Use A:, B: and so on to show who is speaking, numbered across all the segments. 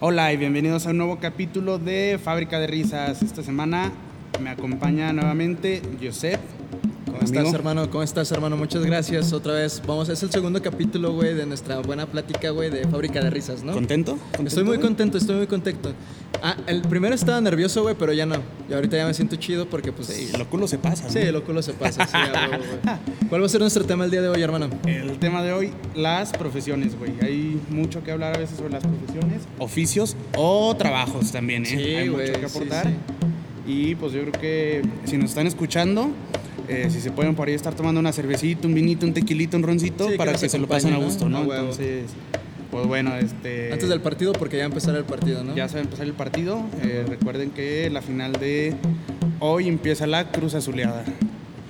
A: Hola y bienvenidos a un nuevo capítulo de Fábrica de Risas. Esta semana me acompaña nuevamente Josep.
B: ¿Cómo estás, hermano? ¿Cómo estás, hermano? Muchas gracias otra vez. Vamos, es el segundo capítulo, güey, de nuestra buena plática, güey, de Fábrica de Risas, ¿no?
A: ¿Contento?
B: Estoy muy contento, estoy muy contento. Ah, el primero estaba nervioso, güey, pero ya no. Y ahorita ya me siento chido porque, pues,
A: Sí, lo culo se pasa. ¿no?
B: sí, lo culo se pasa. sí, a huevo, güey. ¿Cuál va a ser nuestro tema el día de hoy, hermano?
A: El tema de hoy, las profesiones, güey. Hay mucho que hablar a veces sobre las profesiones, oficios o trabajos también, ¿eh?
B: Sí,
A: Hay
B: güey,
A: mucho que
B: sí,
A: aportar.
B: sí.
A: Y pues yo creo que si nos están escuchando, eh, si se pueden por ahí estar tomando una cervecita, un vinito, un tequilito, un roncito,
B: Sí, que
A: para
B: nos
A: que se lo pasen a
B: acompañe, ¿no?
A: gusto, ¿no?
B: A huevo.
A: Entonces, pues bueno, este...
B: Antes del partido, porque ya empezará el partido, ¿no?
A: Ya se va a empezar el partido. Eh, recuerden que la final de hoy empieza la Cruz Azuleada.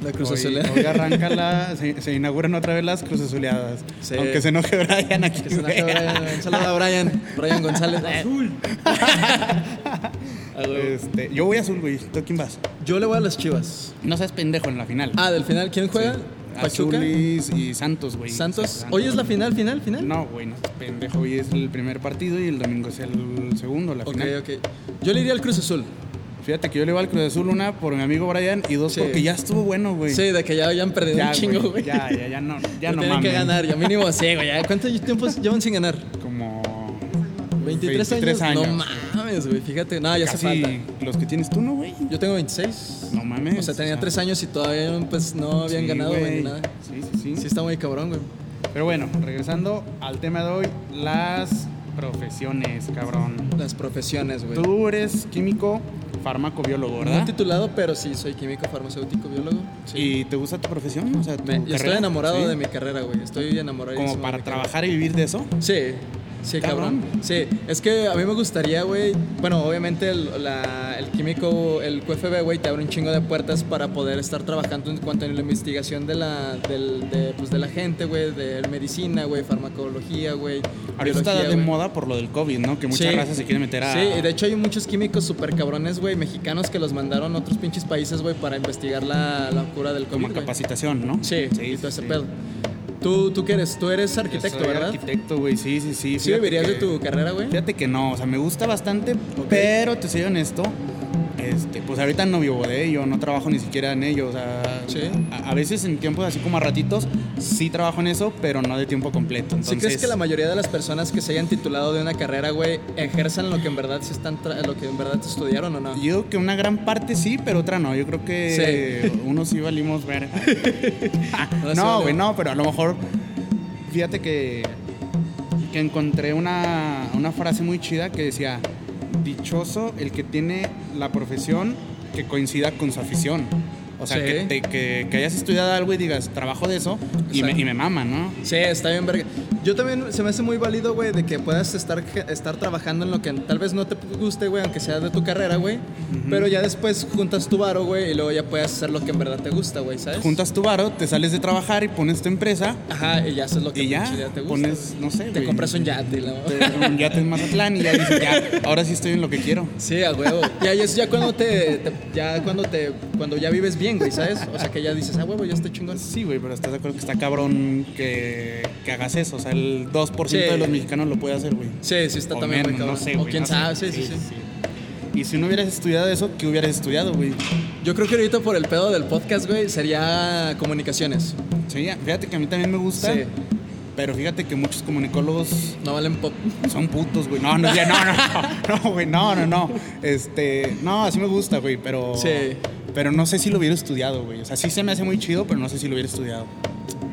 B: La Cruz
A: Hoy,
B: Azul.
A: hoy arranca la. Se, se inauguran otra vez las Cruz Azuleadas.
B: Sí.
A: Aunque se enoje Brian aquí.
B: Que se
A: güey.
B: enoje Brian, güey. Un saludo a Brian. Brian González. Azul.
A: Este, yo voy azul, güey. ¿Tú quién vas?
B: Yo le voy a las chivas.
A: No seas pendejo en la final.
B: Ah, del final, ¿quién juega? Pachuca.
A: Azul y, y Santos, güey. O sea,
B: Santos. ¿Hoy es la final, final, final?
A: No, güey, no seas pendejo. Hoy es el primer partido y el domingo es el segundo, la
B: Ok,
A: final.
B: ok. Yo le iría al Cruz Azul.
A: Fíjate que yo le voy al Cruz Azul una por mi amigo Brian y dos
B: Sí.
A: porque ya estuvo bueno, güey.
B: Sí, de que ya hayan perdido
A: Ya,
B: un chingo, güey.
A: Ya, ya, ya no, ya
B: Lo
A: no
B: tienen
A: mames.
B: que ganar, ya mínimo sí, güey. ya. ¿Cuánto tiempo llevan sin ganar?
A: Como
B: 23,
A: 23
B: años.
A: años.
B: No mames, güey. Fíjate, no, ya hace
A: casi
B: falta.
A: los que tienes tú, ¿no, güey?
B: Yo tengo 26.
A: No mames.
B: O sea, tenía
A: o sea,
B: 3 años y todavía pues, no habían
A: sí,
B: ganado,
A: güey.
B: güey, ni nada.
A: Sí, sí, sí,
B: Sí, está muy cabrón, güey.
A: Pero bueno, regresando al tema de hoy, las profesiones, cabrón.
B: Las profesiones, güey.
A: Tú ah. eres químico, farmacobiólogo,
B: No
A: ¿verdad?
B: titulado, pero sí, soy químico, farmacéutico, biólogo. Sí.
A: ¿Y te gusta tu profesión? O sea, tu
B: Me- y estoy
A: carrera,
B: enamorado
A: ¿sí?
B: de mi carrera, güey. Estoy enamorado.
A: Como para trabajar y vivir de eso.
B: Sí, sí,
A: Cabrón.
B: cabrón. Sí, es que a mí me gustaría, güey. Bueno, obviamente el, la- el químico, el QFB, güey, te abre un chingo de puertas para poder estar trabajando en cuanto a la investigación de la, del- de, pues, de la gente, güey, de medicina, güey, farmacología, güey.
A: Ahorita está
B: biología,
A: de
B: güey.
A: moda por lo del COVID, ¿no? Que mucha
B: Sí.
A: raza se quiere meter a.
B: Sí, y de hecho hay muchos químicos súper cabrones, güey, mexicanos que los mandaron a otros pinches países, güey, para investigar la, la cura del COVID.
A: como
B: güey.
A: capacitación, ¿no?
B: Sí, sí, y todo ese
A: sí.
B: pedo. ¿Tú, ¿Tú qué eres? Tú eres
A: Yo
B: arquitecto,
A: soy
B: ¿verdad?
A: Arquitecto, güey, sí, sí, sí.
B: Sí,
A: Fíjate
B: deberías de
A: que-
B: tu carrera, güey.
A: Fíjate que no, o sea, me gusta bastante, pero te soy honesto. Este, pues ahorita no vivo de ello, no trabajo ni siquiera en ello. O sea,
B: Sí.
A: a, a veces en tiempos así como a ratitos, sí trabajo en eso, pero no de tiempo completo.
B: ¿Sí
A: Entonces,
B: crees que la mayoría de las personas que se hayan titulado de una carrera, güey, ejerzan lo que en verdad se están tra- lo que en verdad estudiaron o no?
A: Yo creo que una gran parte sí, pero otra no. Yo creo que unos sí valimos ver.
B: No, sí
A: no,
B: valió.
A: güey, no, pero a lo mejor. Fíjate que, que encontré una, una frase muy chida que decía: Dichoso el que tiene la profesión que coincida con su afición. O sea,
B: Sí.
A: que, te- que- que hayas estudiado algo y digas, trabajo de eso y me,
B: Exacto.
A: y me mama, ¿no?
B: Sí, está bien verga. Yo también se me hace muy válido, güey, de que puedas estar, estar trabajando en lo que tal vez no te guste, güey, aunque sea de tu carrera, güey. Pero ya después juntas tu varo, güey, y luego ya puedes hacer lo que en verdad te gusta, güey, ¿sabes?
A: Juntas tu varo, te sales de trabajar y pones tu empresa
B: Ajá, y ya haces lo que
A: y ya
B: pinche te gusta.
A: pones, no sé,
B: güey. te
A: güey.
B: compras un yate, y la
A: Te- ya te en Mazatlán y ya dices, ya, ahora sí estoy en lo que quiero.
B: Sí, a huevo. Ya, ya es ya cuando te, te- ya cuando te cuando ya vives bien, güey, ¿sabes? O sea que ya dices, ah, huevo, ya estoy chingón.
A: Sí, güey, pero estás de acuerdo que está cabrón que, que hagas eso. O sea, el 2%
B: Sí.
A: de los mexicanos lo puede hacer, güey.
B: Sí, sí está
A: O
B: también
A: menos,
B: muy cabrón.
A: no sé,
B: o
A: güey,
B: quién
A: no sé.
B: sabe, sí, sí, sí,
A: Y si no hubieras estudiado eso, ¿qué hubieras estudiado, güey?
B: Yo creo que ahorita por el pedo del podcast, güey, sería comunicaciones.
A: Sí, fíjate que a mí también me gusta,
B: Sí.
A: pero fíjate que muchos comunicólogos
B: No valen pop.
A: son putos, güey. No, no, ya, no, no, no, güey, no, no, no. Este, no, así me gusta, güey, pero...
B: Sí.
A: Pero no sé si lo hubiera estudiado, güey. O sea, sí se me hace muy chido, pero no sé si lo hubiera estudiado.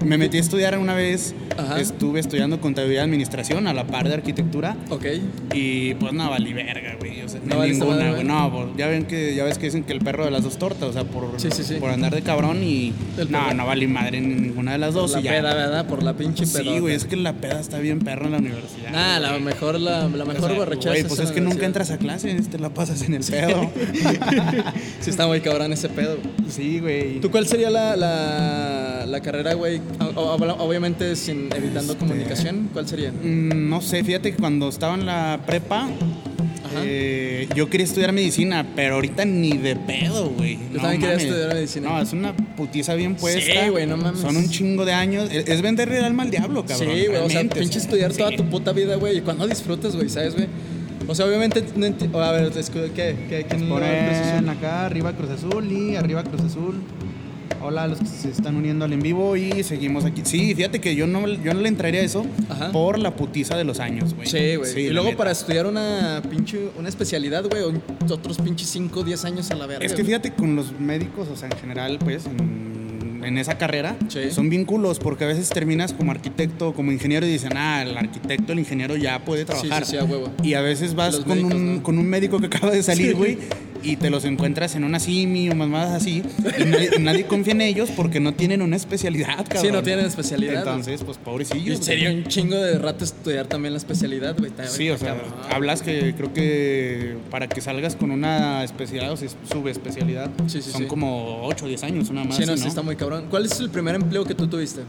A: Me metí a estudiar una vez,
B: Ajá.
A: estuve estudiando contabilidad y administración a la par de arquitectura.
B: Ok.
A: Y pues no valí verga, güey. O sea,
B: No
A: ni
B: valiste
A: ninguna,
B: madre,
A: güey.
B: güey.
A: No, por- ya ven que ya ves que dicen que el perro de las dos tortas, o sea, por,
B: Sí, sí, sí.
A: por andar de cabrón y
B: El
A: no,
B: perro.
A: no valí madre en ninguna de las dos
B: la
A: y ya.
B: peda, ¿verdad? Por la pinche peda.
A: sí, güey, es que la peda está bien perro en la universidad.
B: Ah, la mejor, la, la
A: O
B: mejor
A: sea,
B: borrachera.
A: Güey,
B: es
A: pues
B: en
A: es
B: la
A: que nunca
B: universidad.
A: entras a clases, te la pasas en el pedo.
B: Sí, está muy cabrón ese pedo. güey.
A: Sí, güey.
B: ¿Tú cuál sería la, la, la carrera, güey? O- o- Obviamente sin
A: Este.
B: evitando comunicación, ¿cuál sería?
A: Mm, No sé, fíjate que cuando estaba en la prepa,
B: Ajá.
A: Eh, yo quería estudiar medicina, pero ahorita ni de pedo, güey.
B: Yo también quería estudiar medicina.
A: No, es una putiza bien puesta.
B: güey, no mames.
A: Son un chingo de años. Es es venderle el alma al diablo, cabrón.
B: Sí, güey, o sea,
A: realmente,
B: pinche
A: o sea,
B: estudiar
A: sí.
B: toda tu puta vida, güey. ¿Y cuándo disfrutas, güey? ¿Sabes, güey? O sea, obviamente no enti- A ver, te escu- ¿qué? ¿Qué? ¿Quién no va al Cruz
A: Ponen
B: Azul?
A: acá arriba Cruz Azul y arriba Cruz Azul. Hola a los que se están uniendo al en vivo y seguimos aquí. Sí, fíjate que yo no, yo no le entraría a eso
B: Ajá.
A: por la putiza de los años, güey.
B: Sí, güey. y
A: la
B: luego
A: neta.
B: para estudiar una pinche... Una especialidad, güey. un- Otros pinches 5, 10 años a la verga.
A: Es que
B: güey.
A: fíjate, con los médicos, o sea, en general, pues, en, en esa carrera, pues,
B: Sí.
A: son bien culos porque a veces terminas como arquitecto, como ingeniero y dicen, ah, el arquitecto, el ingeniero ya puede trabajar.
B: Sí, sí, sí, a huevo.
A: Y a veces vas
B: Los
A: con,
B: médicos,
A: un,
B: ¿no?
A: con un médico que acaba de
B: Sí.
A: salir, güey, y te los encuentras en una simi o mamadas así, y nadie, nadie confía en ellos porque no tienen una especialidad, cabrón.
B: Sí, no tienen especialidad.
A: Entonces, pues,
B: Y
A: pobrecillos. güey.
B: sería un chingo de rato estudiar también la especialidad, güey. Está-
A: Sí, o sea,
B: cabrón.
A: hablas que creo que para que salgas con una especialidad o sea, subespecialidad
B: Sí, sí,
A: son
B: sí.
A: como 8 o 10 años, una más.
B: Sí, no, sí, está muy cabrón. ¿Cuál es el primer empleo que tú tuviste?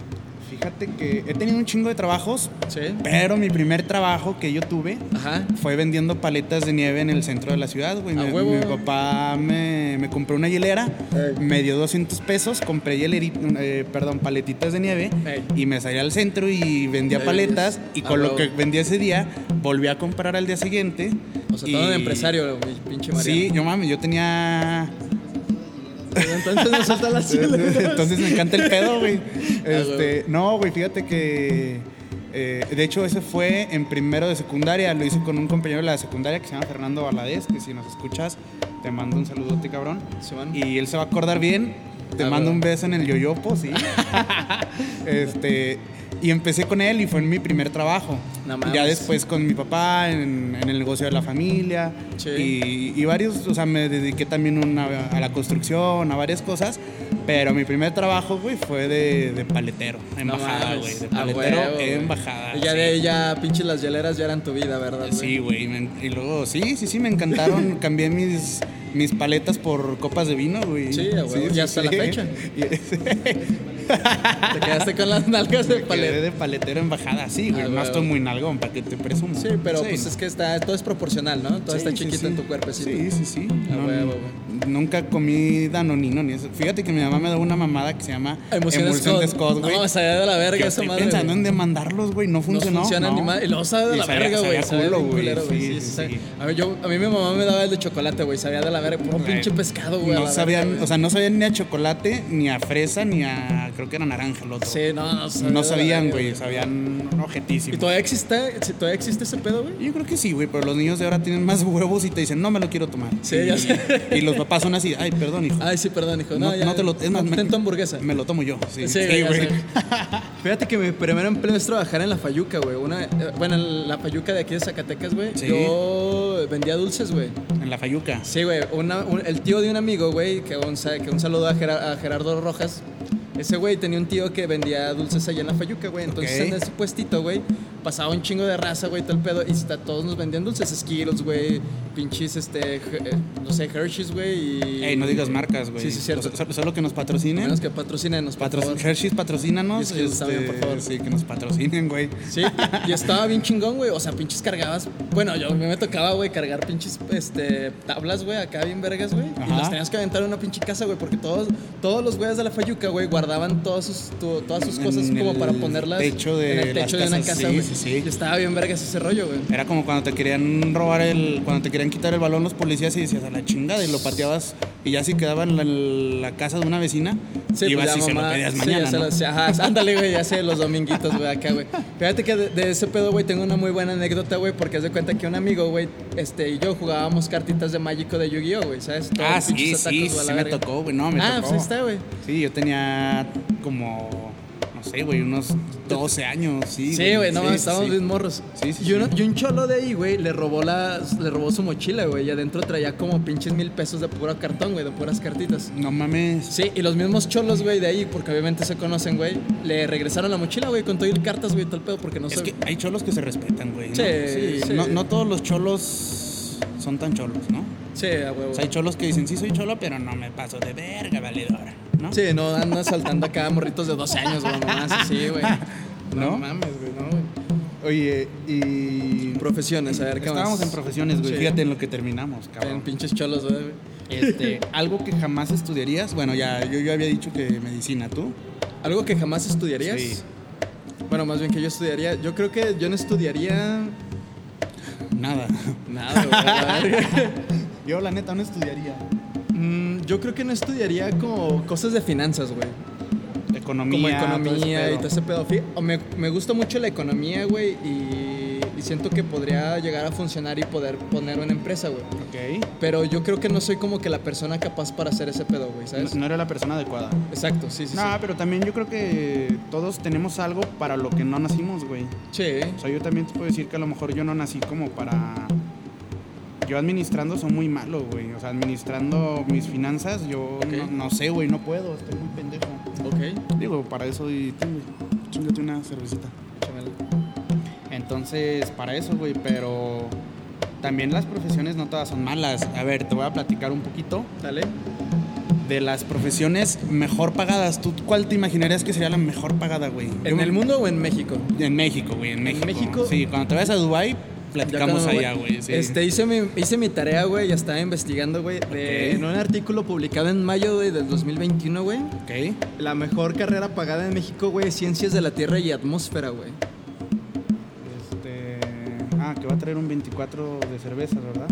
A: Fíjate que he tenido un chingo de trabajos,
B: Sí.
A: pero mi primer trabajo que yo tuve
B: Ajá.
A: fue vendiendo paletas de nieve en el centro de la ciudad, güey.
B: A
A: Mi,
B: huevo.
A: mi papá me, me compró una hielera,
B: Ey.
A: me dio 200 pesos, compré hieleri- eh, perdón, paletitas de nieve
B: Ey.
A: y me salí al centro y vendía
B: Ya
A: paletas
B: vivías.
A: y
B: A
A: con lo
B: huevo.
A: que vendí ese día volví a comprar al día siguiente.
B: O sea,
A: y-
B: todo de empresario, güey, pinche Mariano.
A: Sí, yo mames, yo tenía
B: Entonces nos salta la
A: Entonces me encanta el pedo, güey.
B: güey.
A: Este, no, güey, fíjate que. eh, de hecho, ese fue en primero de secundaria. Lo hice con un compañero de la secundaria que se llama Fernando Valadez. Que si nos escuchas, te mando un saludote, cabrón.
B: Simón.
A: Y él se va a acordar bien. Te
B: Ah,
A: mando
B: güey.
A: un beso en el yoyopo, sí. este. Y empecé con él y fue mi primer trabajo.
B: No mames.
A: ya después con mi papá, en, en el negocio de la familia.
B: Sí.
A: Y y, y varios, o sea, me dediqué también una- a la construcción, a varias cosas, pero mi primer trabajo, güey, fue de, de paletero, en embajada, güey, de paletero en embajada.
B: Y ya
A: Ah, sí.
B: de ahí ya, pinche las hieleras ya eran tu vida, ¿verdad? güey?
A: Sí, güey, me en- y luego, sí, sí, sí, me encantaron, cambié mis, mis paletas por copas de vino, güey.
B: Sí, a huevo, y hasta la fecha.
A: Y-
B: Te quedaste con las nalgas de
A: me quedé
B: paleta.
A: de paletero en bajada, sí, güey,
B: Ah,
A: no
B: huevo.
A: estoy muy nalgón, para que te presumo.
B: Sí, pero pues es que está, todo es proporcional, ¿no? Todo está
A: Sí, sí,
B: chiquito
A: sí.
B: en tu cuerpecito.
A: Sí, sí, sí.
B: A huevo,
A: Nunca comí danonino ni eso. Fíjate que mi mamá me da una mamada que se llama
B: Emociones
A: emulsión de
B: Scott.
A: Scott, güey.
B: No, sabía de la verga
A: Que
B: esa
A: estoy
B: madre.
A: pensando
B: güey.
A: en demandarlos, güey. No
B: no
A: funcionó.
B: funciona
A: no.
B: ni madre. Y luego sabe de
A: Y
B: la
A: sabía-
B: verga, güey.
A: sabía
B: Sabía
A: culo,
B: bien
A: güey.
B: culero,
A: Sí, sí,
B: güey. sabe-
A: sí.
B: A, mí, yo, a mí mi mamá me daba el de chocolate, güey. Sabía de la verga. Puro pinche pescado, güey. a
A: No
B: la
A: sabían,
B: verga,
A: o sea, no sabían ni a chocolate, ni a fresa, ni a. Creo que era naranja el otro.
B: güey. Sí, no, no sabía.
A: no
B: de la
A: sabían,
B: verga,
A: güey. Sabían
B: ¿Y
A: objetísimo.
B: todavía existe, si todavía existe ese pedo, güey?
A: Yo creo que sí, güey, pero los niños de ahora tienen más huevos y te dicen, no me lo quiero tomar.
B: Sí,
A: y,
B: ya sé. Ah,
A: Y los papás son así, ay, perdón, hijo.
B: Ay, sí, perdón, hijo. No,
A: no,
B: ya.
A: no te lo. Es más, me-
B: Ten tu hamburguesa.
A: Me lo tomo yo. Sí,
B: Sí,
A: sí,
B: güey, ya
A: güey.
B: sé. Fíjate que mi primer empleo es trabajar en la Fayuca, güey. Una, eh, bueno, en la Fayuca de aquí de Zacatecas, güey.
A: Sí.
B: Yo vendía dulces, güey.
A: En la Fayuca.
B: Sí, güey. una- un- el tío de un amigo, güey, que un, sa- que un saludo a, Gera- a Gerardo Rojas. Ese güey tenía un tío que vendía dulces allá en la Fayuca, güey. Entonces
A: Ok.
B: en ese puestito, güey, pasaba un chingo de raza, güey, todo el pedo. Y hasta todos nos vendían dulces, Skittles, güey, pinches, este, je- eh, no sé, Hershey's, güey. y-
A: Ey, no digas marcas, güey.
B: Sí, sí, cierto.
A: O sea, solo que nos
B: A menos
A: patrocinen.
B: que patrocinen, nos
A: Patrocin Hershey's,
B: Y
A: patrocínanos. este,
B: es que está bien, por favor.
A: Sí, que nos patrocinen, güey.
B: Sí, y estaba bien chingón, güey. O sea, pinches cargabas. Bueno, yo a mí me tocaba, güey, cargar pinches este, tablas, güey, acá bien vergas, güey. Y
A: Ajá.
B: las tenías que aventar en una pinche casa, güey, porque todos, todos los güeyes de la Fayuca, güey, guardaban todas sus, tu- todas sus
A: En
B: cosas como
A: el
B: para ponerlas
A: techo de
B: en el
A: las
B: techo de una
A: casas,
B: casa,
A: sí,
B: güey.
A: sí, sí.
B: Y estaba bien vergas ese rollo, güey.
A: Era como cuando te querían robar el. Cuando te querían quitar el balón los policías y decías a la chingada y lo pateabas. Y ya si quedaba en la, la casa de una vecina,
B: Sí, pues
A: ibas
B: ya
A: y se lo
B: mamá-
A: pedías
B: sí,
A: mañana.
B: ya se
A: ¿no?
B: lo- sí, ajá, ándale, güey, ya sé, los dominguitos, güey, acá, güey. Fíjate que de, de ese pedo, güey, tengo una muy buena anécdota, güey, porque haz de cuenta que un amigo, güey, este, y yo jugábamos cartitas de mágico de Yu-Gi-Oh, güey, ¿sabes? Todos
A: Ah,
B: los
A: sí,
B: pinches
A: sí,
B: atacos, güey, a
A: sí
B: la
A: me
B: verga.
A: tocó, güey. No, me
B: Ah,
A: tocó.
B: pues ahí está, güey.
A: Sí, yo tenía como. No sé, güey, unos 12 años. Sí,
B: Sí, güey, no
A: sí,
B: mames,
A: sí,
B: estábamos
A: sí.
B: bien morros.
A: Sí, sí,
B: y, uno-
A: sí.
B: y un cholo de ahí, güey, le robó la, le robó su mochila, güey, y adentro traía como pinches mil pesos de puro cartón, güey, de puras cartitas.
A: No mames.
B: Sí, y los mismos cholos, güey, de ahí, porque obviamente se conocen, güey, le regresaron la mochila, güey, con todo y cartas, güey, todo el pedo, porque no
A: Es
B: sé.
A: que hay cholos que se respetan, güey. ¿no?
B: Sí, sí.
A: No, no todos los cholos son tan cholos, ¿no?
B: Sí, a huevo.
A: O sea, hay cholos que dicen, sí soy cholo, pero no me paso de verga, valedora, ¿no?
B: Sí, no, anda saltando acá morritos de 12 años, güey, nomás así, güey.
A: ¿No?
B: mames, güey, no, güey.
A: Oye, y.
B: Profesiones, a ver, ¿qué más?
A: Estábamos en profesiones, güey.
B: Sí.
A: Fíjate en lo que terminamos,
B: En
A: cabrón.
B: pinches cholos, güey.
A: Este, algo que jamás estudiarías. Bueno, ya, yo, yo había dicho que medicina, ¿tú?
B: ¿Algo que jamás estudiarías?
A: Sí.
B: Bueno, más bien que yo estudiaría. Yo creo que yo no estudiaría
A: Nada.
B: nada, güey. la verga.
A: Yo, la neta, no estudiaría.
B: Mm, yo creo que no estudiaría como cosas de finanzas, güey.
A: Economía.
B: Como
A: todo ese
B: economía y
A: pedo.
B: todo ese pedo. Fí- o Me, me gusta mucho la economía, güey, y, y siento que podría llegar a funcionar y poder poner una empresa, güey.
A: Ok.
B: Pero yo creo que no soy como que la persona capaz para hacer ese pedo, güey, ¿sabes?
A: No, no era la persona adecuada.
B: Exacto, sí, sí,
A: no, pero también yo creo que todos tenemos algo para lo que no nacimos, güey.
B: sí. Che, eh.
A: O sea, yo también te puedo decir que a lo mejor yo no nací como para... Yo administrando soy muy malo, güey. O sea, administrando mis finanzas, yo no,
B: Ok.
A: no sé, güey, no puedo. Estoy muy pendejo.
B: ok.
A: Digo, para eso y tú, güey, chúngate una cervecita.
B: Chamel.
A: Entonces, para eso, güey, pero también las profesiones no todas son malas. A ver, te voy a platicar un poquito
B: Dale.
A: de las profesiones mejor pagadas. ¿Tú cuál te imaginarías que sería la mejor pagada, güey?
B: ¿En
A: Yo-
B: el mundo o en México?
A: En México, güey, en México.
B: México?
A: Sí, cuando te vayas a Dubai
B: Ya
A: platicamos
B: cuando me
A: allá,
B: voy-
A: güey. sí.
B: Este, hice mi, hice mi tarea, güey, ya estaba investigando, güey, de-
A: Ok.
B: en un artículo publicado en mayo, güey, del 2021, güey.
A: Ok.
B: La mejor carrera pagada en México, güey, es Ciencias de la Tierra y Atmósfera, güey.
A: Este. Ah, que va a traer un 24 de cervezas, ¿verdad?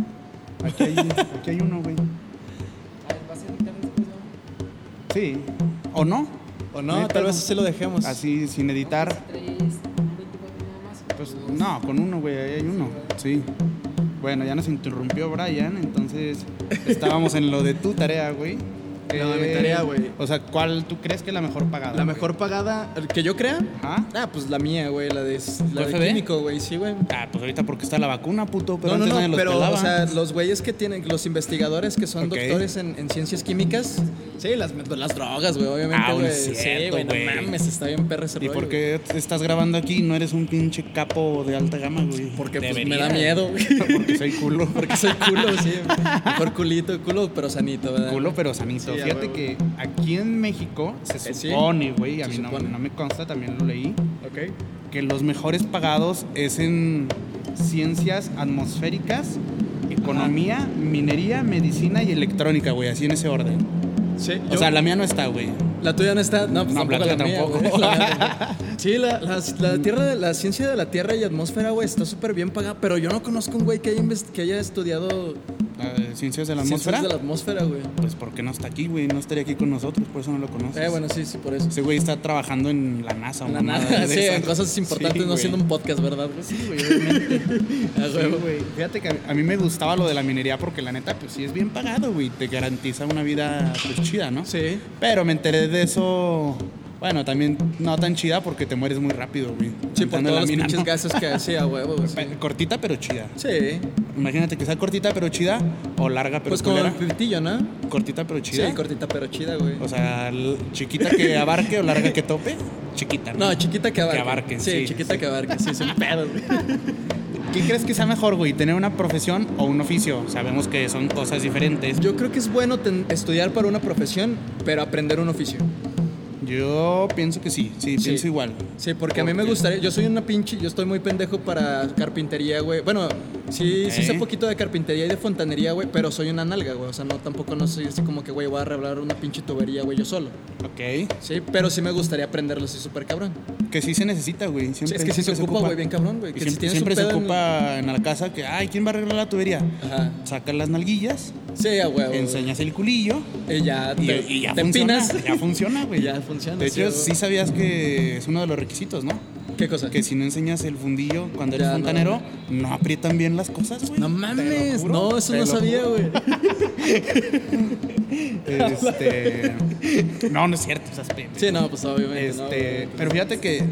A: Aquí hay, aquí hay uno, güey. Sí. ¿O no?
B: O
A: No hay
B: no, tal
A: pedo.
B: vez así lo dejemos.
A: Así, sin editar. Pues no, con uno, güey, ahí hay uno. Sí. Bueno, ya nos interrumpió Brian, entonces estábamos en lo de tu tarea, güey.
B: No,
A: Eh,
B: mi tarea, güey.
A: O sea, ¿cuál tú crees que es la mejor pagada?
B: La mejor pagada el que yo crea.
A: güey? Ajá.
B: Ah, pues la mía, güey, la de, la de
A: ¿UFB?
B: químico, güey, sí, güey.
A: Ah, pues ahorita porque está la vacuna, puto. Pero
B: no,
A: antes
B: no,
A: nadie
B: no,
A: los
B: pero
A: pelaba.
B: o sea, los güeyes que tienen, los investigadores que son
A: Ok.
B: doctores en, en ciencias químicas, sí, las, las drogas, güey, obviamente,
A: Ah, bueno,
B: güey.
A: es
B: sí,
A: cierto,
B: güey, no
A: güey.
B: mames, está bien perra ese
A: ¿Y
B: rollo,
A: por
B: güey.
A: qué estás grabando aquí y no eres un pinche capo de alta gama, güey?
B: Porque pues, me
A: Deberías.
B: da miedo, güey.
A: Porque soy culo.
B: Porque soy culo, sí. Mejor culito, culo, pero sanito, ¿verdad?
A: Culo, pero sanito.
B: Sí, a
A: Fíjate
B: huevo.
A: que aquí en México se
B: Eh, sí.
A: supone, güey, a
B: Se
A: mí no,
B: supone.
A: no me consta, también lo leí,
B: Ok.
A: que los mejores pagados es en ciencias atmosféricas, economía, minería, medicina y electrónica, güey, así en ese orden.
B: Sí,
A: O
B: yo-
A: sea, la mía no está, güey.
B: La tuya no está. No, pues
A: No,
B: tampoco
A: la
B: la,
A: tuya
B: mía,
A: tampoco.
B: güey. La mía no. sí, la, la- la tierra, la ciencia de la tierra y atmósfera, güey, está súper bien pagada. Pero yo no conozco un güey que haya, invest- que haya estudiado
A: La de ciencias de la
B: ciencias
A: atmósfera.
B: de la atmósfera, güey.
A: Pues porque no está aquí, güey, no estaría aquí con nosotros, por eso no lo conoces.
B: Eh, bueno, sí, sí, por eso.
A: Ese güey está trabajando en la NASA. o
B: En la
A: mamada
B: nada,
A: de
B: sí,
A: esas.
B: en cosas importantes,
A: Sí,
B: no
A: güey.
B: siendo un podcast, ¿verdad? güey?
A: Sí, güey, obviamente.
B: Ah,
A: Sí,
B: güey.
A: güey. Fíjate que a mí me gustaba lo de la minería porque la neta, pues sí es bien pagado, güey. Te garantiza una vida pues, chida, ¿no?
B: Sí.
A: Pero me enteré de eso. Bueno, también no tan chida porque te mueres muy rápido, güey.
B: Sí,
A: Entrando
B: por
A: en la
B: todos los
A: mina,
B: pinches
A: ¿no?
B: gases que hacía, güey, güey. Sí.
A: Pe- Cortita pero chida.
B: Sí.
A: Imagínate que sea cortita pero chida o larga pero
B: Pues como el
A: culera.
B: pitillo, ¿no?
A: Cortita pero
B: Sí,
A: chida.
B: cortita pero chida, güey.
A: o sea, l- chiquita que abarque o larga que tope. Chiquita.
B: No, chiquita que abarque.
A: abarque,
B: Sí,
A: sí,
B: chiquita
A: sí.
B: que abarque. Sí, son pedos, güey.
A: ¿Qué crees que sea mejor, güey? ¿Tener una profesión o un oficio? Sabemos que son cosas diferentes.
B: Yo creo que es bueno ten- estudiar para una profesión, pero aprender un oficio.
A: Yo pienso que sí, sí,
B: Sí.
A: pienso igual.
B: Sí, porque a mí
A: ¿Por
B: me
A: qué?
B: gustaría. Yo soy una pinche. Yo estoy muy pendejo para carpintería, güey. Bueno, sí, sí sé
A: Ok.
B: poquito de carpintería y de fontanería, güey, pero soy una nalga, güey. O sea, no, tampoco no soy así como que, güey, voy a arreglar una pinche tubería, güey, yo solo.
A: Ok.
B: Sí, pero sí me gustaría aprenderlo así súper cabrón.
A: Que sí se necesita, güey.
B: Sí,
A: Siempre,
B: es que sí se,
A: siempre
B: ocupa, güey, bien cabrón, güey.
A: Y
B: Que si
A: siempre
B: tienes
A: siempre
B: un
A: se
B: pedo en-
A: ocupa en... la casa que, ay, ¿quién va a arreglar la tubería?
B: Ajá.
A: Sacas las nalguillas,
B: Sí, a huevo.
A: enseñas el culillo
B: Y ya
A: y,
B: Ah, te,
A: y ya
B: te
A: funciona.
B: empinas.
A: Ya funciona, güey.
B: Y ya funciona,
A: De
B: sí,
A: hecho,
B: güey.
A: sí sabías que es uno de los requisitos, ¿no?
B: ¿Qué cosa?
A: Que si no enseñas el fundillo cuando eres
B: Ya, no.
A: fontanero, no, aprietan bien las cosas, güey.
B: No
A: Te lo
B: mames,
A: juro,
B: no, eso
A: te
B: no
A: lo
B: sabía,
A: juro.
B: güey.
A: Este, no, no es cierto, esas pendejas.
B: Sí, no, pues obviamente. no,
A: Este,
B: güey.
A: pero fíjate que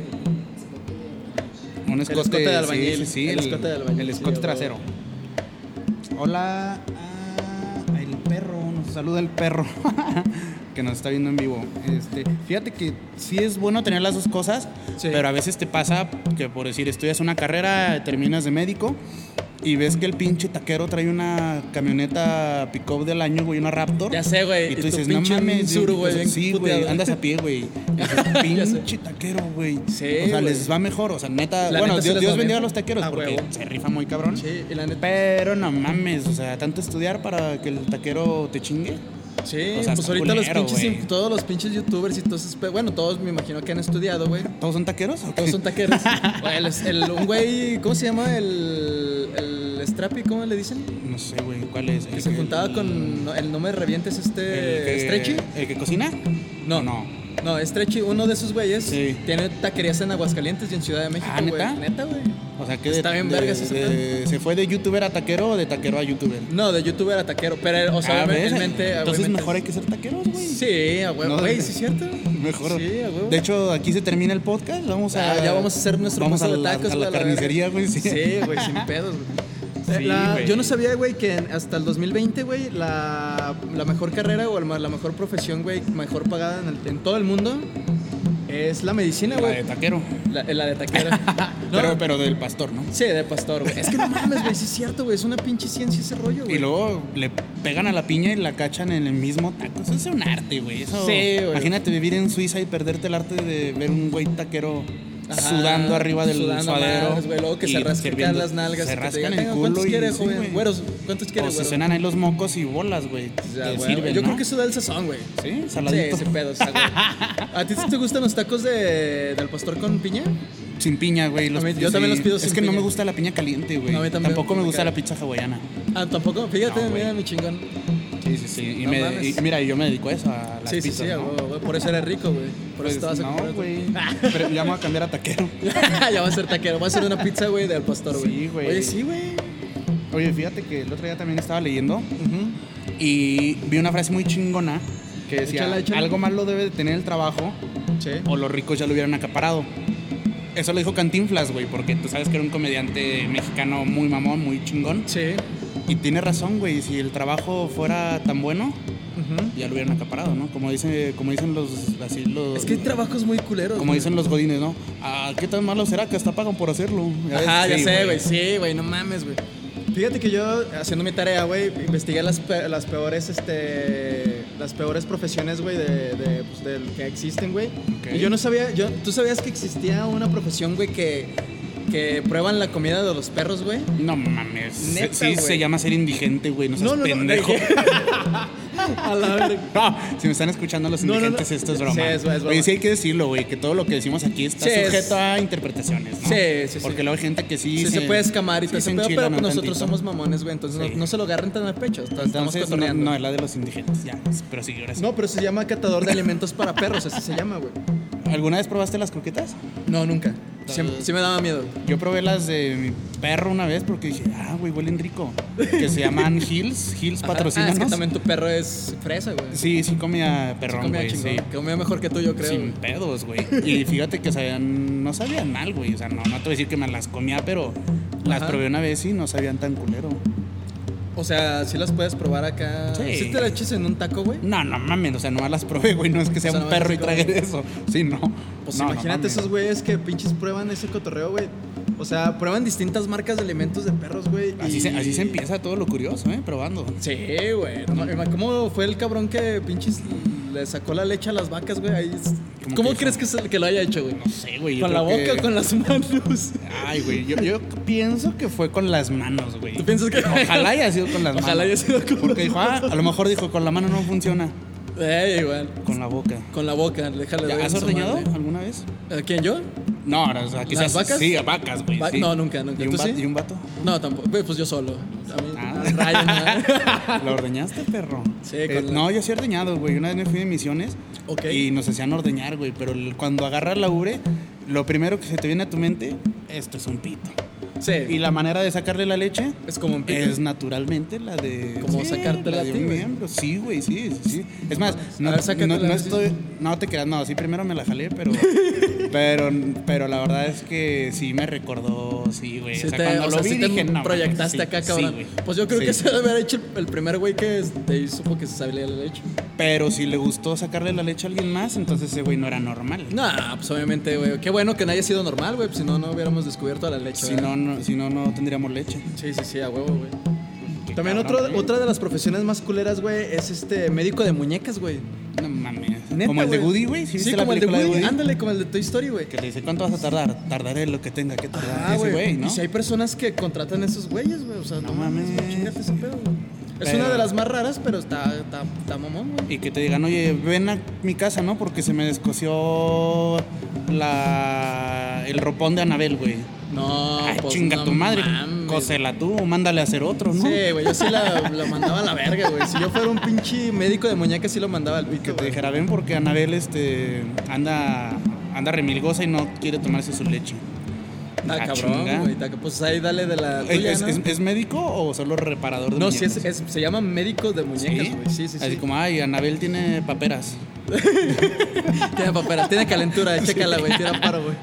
A: un escote,
B: escote de
A: sí,
B: albañil,
A: sí, sí,
B: el escote de albañil,
A: el
B: sí,
A: escote
B: a
A: trasero. Hola, ah, el perro, nos saluda el perro. que nos está viendo en vivo. Este, fíjate que sí es bueno tener las dos cosas,
B: Sí.
A: pero a veces te pasa que por decir estudias una carrera, terminas de médico y ves que el pinche taquero trae una camioneta pick-up del año, güey, una Raptor.
B: Ya sé, güey,
A: Y tú
B: y tu
A: dices, no
B: pinche
A: mames.
B: Minsuru,
A: yo-
B: güey, bien
A: Sí, güey,
B: puteado".
A: andas a pie, güey. Y
B: Ya
A: dices,
B: sé.
A: Pinche taquero, güey.
B: Sí,
A: O sea,
B: güey.
A: les va mejor. O sea, neta.
B: La
A: bueno,
B: neta sí
A: Dios,
B: les
A: Dios
B: va
A: bendiga a
B: bien.
A: los taqueros
B: A
A: porque
B: huevo.
A: se rifa muy cabrón.
B: Sí, y la neta.
A: Pero no mames, o sea, tanto estudiar para que el taquero te chingue.
B: Sí,
A: o sea,
B: pues
A: está
B: ahorita
A: culero,
B: los pinches,
A: güey.
B: todos los pinches youtubers y todos esos pe- Bueno, todos me imagino que han estudiado, güey.
A: ¿Todos son taqueros? o qué?
B: Todos son taqueros. Güey, el- el- un güey, ¿cómo se llama? El, el Strappy, ¿cómo le dicen?
A: No sé, güey, ¿cuál es?
B: Que se juntaba con. no, el nombre de revientes
A: el
B: este.
A: que-
B: Stretchy.
A: ¿El que cocina?
B: No.
A: No.
B: No, Stretchy, uno de esos güeyes,
A: Sí.
B: tiene taquerías en Aguascalientes y en Ciudad de México,
A: Ah,
B: güey.
A: ¿neta?
B: Neta, güey.
A: O sea, que de-
B: Está bien
A: de-
B: verga ese
A: de- ¿Se fue de youtuber a taquero o de taquero a youtuber?
B: No, de youtuber a taquero, pero, o sea,
A: Ah, ¿ves?
B: obviamente.
A: Entonces
B: obviamente-
A: mejor hay que ser taqueros, güey.
B: Sí, a huevo,
A: No,
B: güey,
A: de-
B: sí es cierto.
A: Mejor.
B: Sí, a huevo.
A: de hecho, aquí se termina el podcast. Vamos a.
B: Ah, ya vamos a hacer nuestro
A: Vamos a
B: puesto
A: la,
B: de tacos,
A: a la
B: güey, a la
A: carnicería, güey. Sí.
B: Sí, güey, sin pedos, güey. Eh,
A: Sí,
B: la-
A: güey.
B: yo no sabía, güey, que en- hasta el 2020, güey, la, la mejor carrera o el- la mejor profesión, güey, mejor pagada en, el- en todo el mundo es la medicina,
A: La de
B: güey.
A: taquero.
B: La, eh, la de taquero. No,
A: Pero, pero del pastor, ¿no?
B: Sí, de pastor, güey. Es que no mames, güey, sí es cierto, güey. Es una pinche ciencia ese rollo, güey.
A: Y luego le pegan a la piña y la cachan en el mismo taco. Eso es un arte, güey. Eso,
B: Sí, güey.
A: Imagínate vivir en Suiza y perderte el arte de ver un güey taquero
B: Ajá,
A: sudando arriba del
B: sudando
A: suadero.
B: madres, güey, luego que
A: y
B: se rascan
A: sirviendo-
B: las nalgas.
A: Se
B: y que te
A: rascan
B: digan,
A: el
B: "Tenga,
A: culo
B: ¿Cuántos
A: y
B: quiere,
A: sí,
B: joven?
A: güey.
B: Güeros, ¿cuántos quiere,
A: o se
B: güero?
A: suenan ahí los mocos y bolas, güey.
B: Ya,
A: Te
B: güey.
A: sirven,
B: Yo
A: ¿no?
B: creo que eso da el sazón, güey.
A: Sí, saladito.
B: Sí, ese pedo, o sea, güey. ¿A ti sí te gustan los tacos de, del pastor con piña?
A: Sin piña, güey. los-
B: A mí- yo también los pido
A: Es
B: sin
A: que no
B: piña.
A: me gusta la piña caliente, güey.
B: A mí también,
A: Tampoco me
B: me
A: gusta
B: cae.
A: la pizza hawaiana.
B: Ah, tampoco. Fíjate,
A: No, güey.
B: mira, mi chingón.
A: Sí, sí, sí. Y,
B: No
A: me-
B: mames.
A: y mira, yo me dedico a eso, a las
B: sí, sí,
A: pizzas,
B: sí, a
A: ¿no?
B: huevo, güey. Por eso eres rico, güey. Por
A: Pues
B: eso estabas
A: no, güey. Pero ya me voy a cambiar a taquero.
B: ya va a ser taquero. Va a ser una pizza, güey, del pastor, güey.
A: Sí, güey.
B: Oye, sí, güey.
A: Oye, fíjate que el otro día también estaba leyendo y vi una frase muy chingona que decía,
B: Échala, échala.
A: algo malo debe de tener el trabajo
B: Che.
A: o los ricos ya lo hubieran acaparado. Eso lo dijo Cantinflas, güey, porque tú sabes que era un comediante mexicano muy mamón, muy chingón.
B: Sí.
A: Y tiene razón, güey, si el trabajo fuera tan bueno,
B: Ujú.
A: ya lo hubieran acaparado, ¿no? Como, dice, como dicen los... Así los
B: Es que hay trabajos muy culeros.
A: como
B: güey.
A: dicen los godines, ¿no? Ah, ¿qué tan malo será que hasta pagan por hacerlo? ves?
B: Ajá, ya
A: Sí,
B: sé, güey. Sí, güey, no mames, güey. Fíjate que yo, haciendo mi tarea, güey, investigué las, pe- las peores, este, las peores profesiones, güey, de, de, pues, del que existen, güey.
A: Ok.
B: Y yo no sabía, yo, ¿tú sabías que existía una profesión, güey, que, que prueban la comida de los perros, güey?
A: No mames. se-
B: Neta,
A: sí,
B: güey.
A: se llama ser indigente, güey. No seas
B: No, no, no,
A: pendejo.
B: A la verga.
A: No, si me están escuchando los
B: No, no, no.
A: indigentes, esto es broma.
B: Sí, es- es broma.
A: Oye, sí hay que decirlo, güey, que todo lo que decimos aquí está
B: Sí, es-
A: sujeto a interpretaciones, ¿no?
B: Sí, sí, sí.
A: Porque luego hay gente que sí.
B: Sí, se puede escamar y
A: sí
B: todo
A: se
B: ese pedo, pero
A: enchilan
B: pues
A: un
B: nosotros
A: tantito.
B: somos mamones, güey, entonces no-
A: Sí.
B: no, se lo agarren tan al pecho. Entonces,
A: Entonces,
B: estamos
A: no,
B: cotorreando.
A: no, es la de los indigentes, ya. Pero sí, ahora sí.
B: no, pero se llama catador de alimentos para perros, así se llama, güey.
A: ¿Alguna vez probaste las croquetas?
B: No, nunca. Siempre- sí me daba miedo.
A: Yo probé las de mi perro una vez porque dije, ah, güey, huelen rico. Que se llaman Hills. Hills
B: Ajá.
A: patrocinan.
B: Ah, es que también tu perro es fresa, güey.
A: Sí, sí comía
B: Sí,
A: perrón,
B: comía
A: güey.
B: chingón.
A: Sí.
B: Comía mejor que tú, yo creo.
A: Sin
B: güey.
A: pedos, güey. Y fíjate que sabían, no sabían mal, güey. O sea, no, no te voy a decir que me las comía, pero las
B: Ajá.
A: probé una vez y no sabían tan culero.
B: O sea, sí las puedes probar acá.
A: Sí.
B: Sí. te la eches en un taco, güey?
A: No, no mames, o sea, nomás las probé, güey. No es que sea
B: O sea,
A: un
B: nomás
A: perro y
B: así como-
A: trague de eso. Sí, no.
B: Pues
A: No, no
B: imagínate
A: mames.
B: esos güeyes que pinches prueban ese cotorreo, güey. O sea, prueban distintas marcas de alimentos de perros, güey.
A: Así,
B: y-
A: se, así se empieza todo lo curioso, ¿eh? Probando.
B: Sí, güey. No mames, ¿Cómo fue el cabrón que pinches le sacó la leche a las vacas, güey? Ahí es-
A: ¿Cómo
B: ¿Cómo,
A: que
B: crees
A: hizo?
B: que, es el que lo haya hecho, güey?
A: No sé, güey. yo
B: ¿Con la
A: creo
B: boca
A: que-
B: o con las manos?
A: Ay, güey, yo, yo pienso que fue con las manos, güey.
B: ¿Tú piensas que-
A: Ojalá haya sido con las manos.
B: Ojalá haya sido con
A: Porque
B: las
A: dijo, ah, a lo mejor dijo, con la mano no funciona.
B: Eh, igual.
A: Con la boca.
B: Con la boca, déjale.
A: ¿Ya
B: doy
A: ¿Has
B: en su
A: ordeñado
B: madre.
A: alguna vez?
B: ¿A quién, yo?
A: No, o sea, quizás.
B: vacas?
A: Sí, a vacas, güey.
B: Va-
A: sí.
B: no, nunca, nunca.
A: ¿Y un,
B: ¿Tú
A: va-
B: sí?
A: ¿Y un vato?
B: No, tampoco. Güey, Pues yo solo. A mí,
A: Ah.
B: al rayo, nada.
A: ¿La ordeñaste, perro?
B: Sí,
A: Eh,
B: con la-
A: No, yo sí he ordeñado, güey. Una vez me fui de misiones
B: Ok.
A: y nos hacían ordeñar, güey. Pero el- cuando agarras la ubre, lo primero que se te viene a tu mente, esto es un pito.
B: Sí.
A: Y la manera de sacarle la leche
B: es como un pique.
A: es naturalmente la de.
B: Como sacártela
A: la de
B: a ti,
A: un
B: güey. Ah,
A: miembro. Sí, güey, sí, sí, sí. Es más, no,
B: A ver, sácatela,
A: no- no
B: a ver si-
A: estoy. No te creas, no, sí, primero me la jalé, pero. pero, pero la verdad es que sí me recordó, sí, güey.
B: Sí
A: o sea,
B: te-
A: cuando
B: o
A: lo
B: sea,
A: vi
B: sí te
A: dije, no. mames,
B: proyectaste
A: sí,
B: acá,
A: sí,
B: cabrón.
A: güey.
B: pues yo creo
A: Sí.
B: que se debe haber hecho el- el primer güey que te supo que se sabía la leche.
A: Pero si le gustó sacarle la leche a alguien más, entonces ese güey no era normal.
B: Nah, pues obviamente, güey. Qué bueno que no haya sido normal, güey. pues, si no, no hubiéramos descubierto la leche.
A: Si
B: ¿verdad?
A: no, no, si no, no tendríamos leche.
B: Sí, sí, sí, a huevo, güey.
A: Qué
B: También
A: cabrón,
B: otro,
A: güey.
B: otra de las profesiones más culeras, güey, es este médico de muñecas, güey.
A: No mames.
B: Neta,
A: como el de
B: güey.
A: Woody, güey. ¿Sí,
B: Sí,
A: viste la
B: como el de
A: película
B: Woody. Ándale, como el de Toy Story, güey.
A: Que le dice, ¿cuánto vas a tardar? Tardaré lo que tenga que tardar.
B: Ah,
A: Ese güey, ¿no?
B: Y si hay personas que contratan a esos güeyes, güey. O sea,
A: No
B: no, mames,
A: mames.
B: güey, chingate ese pedo, güey. Es
A: Pero-
B: una de las más raras, pero está, está, está mamón, güey.
A: Y que te digan, oye, ven a mi casa, ¿no? Porque se me descosió la... el ropón de Anabel, güey.
B: No,
A: Ay,
B: pues,
A: chinga
B: no
A: tu madre.
B: mames.
A: Cósela tú, o mándale a hacer otro, ¿no?
B: Sí, güey, yo sí la, la mandaba a la verga, güey. Si yo fuera un pinche médico de muñecas, sí lo mandaba al
A: Que
B: pico,
A: te
B: güey.
A: dijera, ven porque Anabel este, anda, anda remilgosa y no quiere tomarse su leche.
B: Está
A: Ah,
B: cabrón,
A: chinga.
B: güey. está- Pues ahí dale de la
A: ¿Es,
B: tuya,
A: es-
B: ¿no?
A: es- es médico o solo reparador de
B: No, sí, es,
A: muñecas?
B: es- se llama médico de muñecas, güey. Sí, sí, sí.
A: Así como, ay, Anabel tiene paperas.
B: Tiene papera, tiene calentura, chécala, güey, tira paro, güey.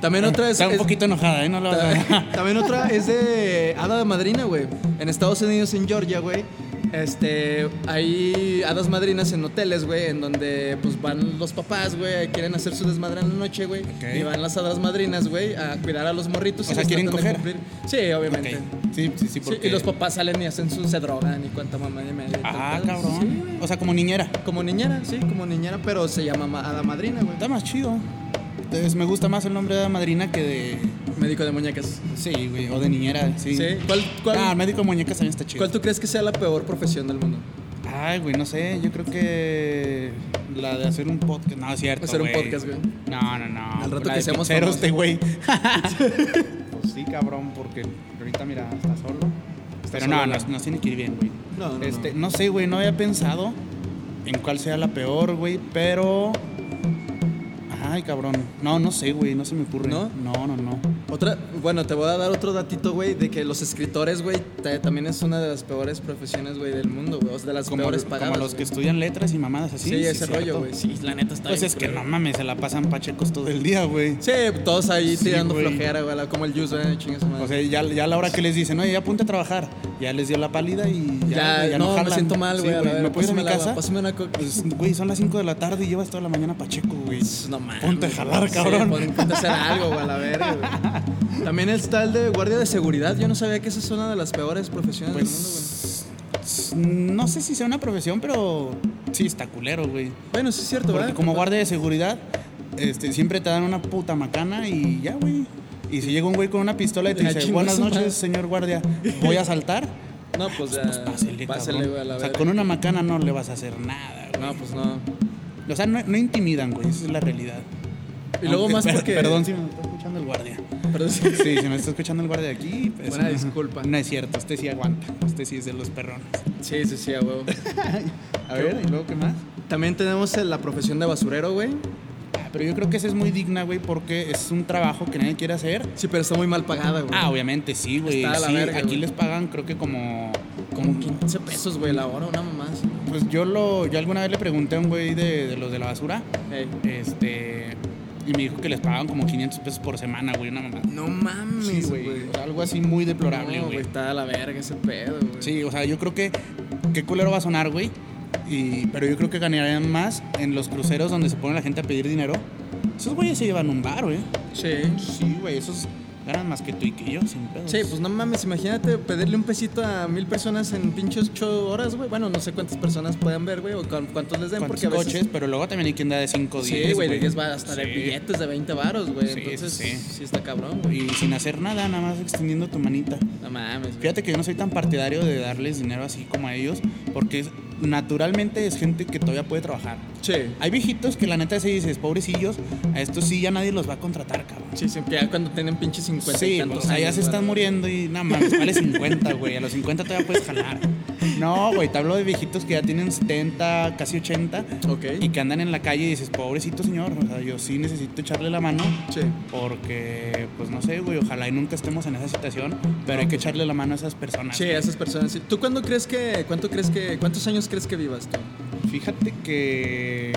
B: También otra es.
A: Está un
B: Pues, es-
A: poquito enojada, ¿eh? No la verdad.
B: ta- También otra es de hada de madrina, güey. En Estados Unidos, en Georgia, güey. Este, hay hadas madrinas en hoteles, güey, en donde pues van los papás, güey, quieren hacer su desmadre en la noche, güey.
A: Ok.
B: Y van las hadas madrinas, güey, a cuidar a los morritos.
A: O
B: y
A: sea,
B: les
A: ¿quieren
B: tratan de
A: coger?
B: cumplir. Sí, obviamente.
A: Ok. Sí, sí, sí,
B: Sí,
A: porque...
B: y los papás salen y hacen su, se drogan y cuánta mamá y media. y
A: Ah,
B: tal, tal.
A: cabrón.
B: Sí, güey.
A: o sea, como niñera.
B: Como niñera, sí, como niñera, pero se llama ma- hada madrina, güey.
A: Está más chido. Entonces, me gusta más el nombre de madrina que de...
B: Médico de muñecas.
A: Sí, güey, o de niñera, sí.
B: Sí. ¿Cuál, cuál,
A: Ah, médico de muñecas también está chido.
B: cuál tú crees que sea la peor profesión del mundo?
A: Ay, güey, no sé, yo creo que la de hacer un podcast, no, es cierto,
B: Hacer un podcast, güey.
A: No, no, no.
B: Al rato
A: la
B: que
A: de
B: seamos
A: pizzeros,
B: famosos.
A: te, güey. pues sí, cabrón, porque ahorita mira, está solo. Pero
B: solo,
A: no,
B: ¿no?
A: no, nos tiene que ir bien, güey.
B: No, no,
A: Este, no sé, güey, no había pensado en cuál sea la peor, güey, pero Ay, cabrón. No, no sé, güey, no se me ocurre.
B: ¿No?
A: No, no, no.
B: Otra, bueno, te voy a dar otro datito, güey, de que los escritores, güey, ta- también es una de las peores profesiones, güey, del mundo, güey, o sea, de las
A: Como,
B: peores
A: como
B: pagadas.
A: los que
B: güey.
A: estudian letras y mamadas así.
B: sí, ese
A: cierto.
B: rollo, güey. Sí, la neta está
A: Pues
B: bien
A: es que
B: culero.
A: no mames, se la pasan pachecos todo el día, güey.
B: Sí, todos ahí
A: Sí,
B: tirando
A: güey.
B: flojera, güey, la- como el Yus, güey, chingas madre.
A: O sea, ya, ya a la hora que les dicen, oye, ya apunte a trabajar, ya les dio la pálida y ya,
B: ya,
A: güey, ya
B: no, me
A: jalan.
B: siento mal,
A: Sí,
B: güey, a la
A: ¿Me
B: verga,
A: puedo ir a mi
B: pásame el agua,
A: casa?
B: Pásame una coca.
A: Pues, güey, son las 5 de la tarde y llevas toda la mañana pacheco, güey.
B: Pues, No mames.
A: Ponte a jalar,
B: Sí,
A: cabrón.
B: pon- ponte a hacer algo, güey, a la verga, güey. También está el de guardia de seguridad. Yo no sabía que esa es una de las peores profesiones del mundo, güey.
A: Pues, s- no sé si sea una profesión, pero sí está culero, güey.
B: Bueno, sí es cierto,
A: Porque
B: ¿verdad?
A: como guardia de seguridad, este, siempre te dan una puta macana y ya, güey. Y si llega un güey con una pistola y te
B: Ya
A: dice,
B: chingó
A: buenas
B: su madre".
A: noches, señor guardia, voy a saltar,
B: No, pues ya.
A: pues pásele,
B: pásele,
A: cabrón.
B: güey, a la
A: O sea,
B: verga.
A: con una macana no le vas a hacer nada, güey.
B: No, pues no.
A: O sea, no, no intimidan, güey, esa es la realidad.
B: Y luego
A: Aunque-
B: más
A: per-
B: porque.
A: Perdón si me está escuchando el guardia.
B: Perdón, sí.
A: Sí, si me está escuchando el guardia de aquí. pues,
B: Buena
A: no.
B: disculpa.
A: No es cierto, este sí aguanta. Este sí es de los perrones.
B: Sí, sí, sí, a huevo.
A: A ver, ¿y luego qué más?
B: También tenemos el- la profesión de basurero, güey.
A: Ah, Pero yo creo que esa es muy digna, güey, porque es un trabajo que nadie quiere hacer.
B: Sí, pero está muy mal pagada, güey.
A: Ah, obviamente sí, güey.
B: Está a la
A: sí,
B: verga,
A: aquí
B: güey.
A: les pagan, creo que como.
B: Como 15 pesos, güey, la hora, una mamá. así.
A: Pues yo lo, yo alguna vez le pregunté a un güey de, de los de la basura,
B: Ey.
A: este, y me dijo que les pagaban como 500 pesos por semana, güey, una mamá.
B: No mames,
A: Sí, güey. O sea, algo así muy deplorable,
B: No,
A: güey.
B: Está a la verga ese pedo, güey.
A: Sí, o sea, yo creo que qué culero va a sonar, güey. Y, pero yo creo que ganarían más en los cruceros donde se pone la gente a pedir dinero. Esos güeyes se llevan un bar, güey.
B: Sí.
A: Sí, güey, esos ganan más que tú y que yo, sin pedo.
B: Sí, pues no mames, imagínate pedirle un pesito a mil personas en pinches ocho horas, güey. Bueno, no sé cuántas personas puedan ver, güey, o cu- cuántos les den,
A: ¿Cuántos
B: porque a veces...
A: coches, pero luego también hay quien da de 5 o 10.
B: Sí, güey, de 10 va hasta de
A: Sí.
B: billetes de 20 varos, güey.
A: Sí,
B: Entonces, sí,
A: sí.
B: está cabrón, güey.
A: Y sin hacer nada, nada más extendiendo tu manita.
B: No mames, güey.
A: Fíjate que yo no soy tan partidario de darles dinero así como a ellos, porque es- naturalmente es gente que todavía puede trabajar.
B: Sí.
A: Hay viejitos que la neta se dices, pobrecillos, a estos sí ya nadie los va a contratar, cabrón.
B: Sí, sí, que ya cuando tienen pinches 50 y
A: Sí,
B: Pues tantos
A: o sea, ya
B: años,
A: se
B: güey.
A: están muriendo y nada más, vale 50, güey. A los 50 todavía puedes jalar. No, güey, te hablo de viejitos que ya tienen 70, casi 80
B: Ok.
A: y que andan en la calle y dices, pobrecito señor, o sea, yo sí necesito echarle la mano
B: Sí.
A: porque, pues no sé, güey, ojalá y nunca estemos en esa situación, pero hay que echarle la mano a esas personas.
B: Sí,
A: güey.
B: esas personas. sí. ¿Tú cuándo crees que, cuánto crees que, cuántos años crees que vivas tú?
A: Fíjate que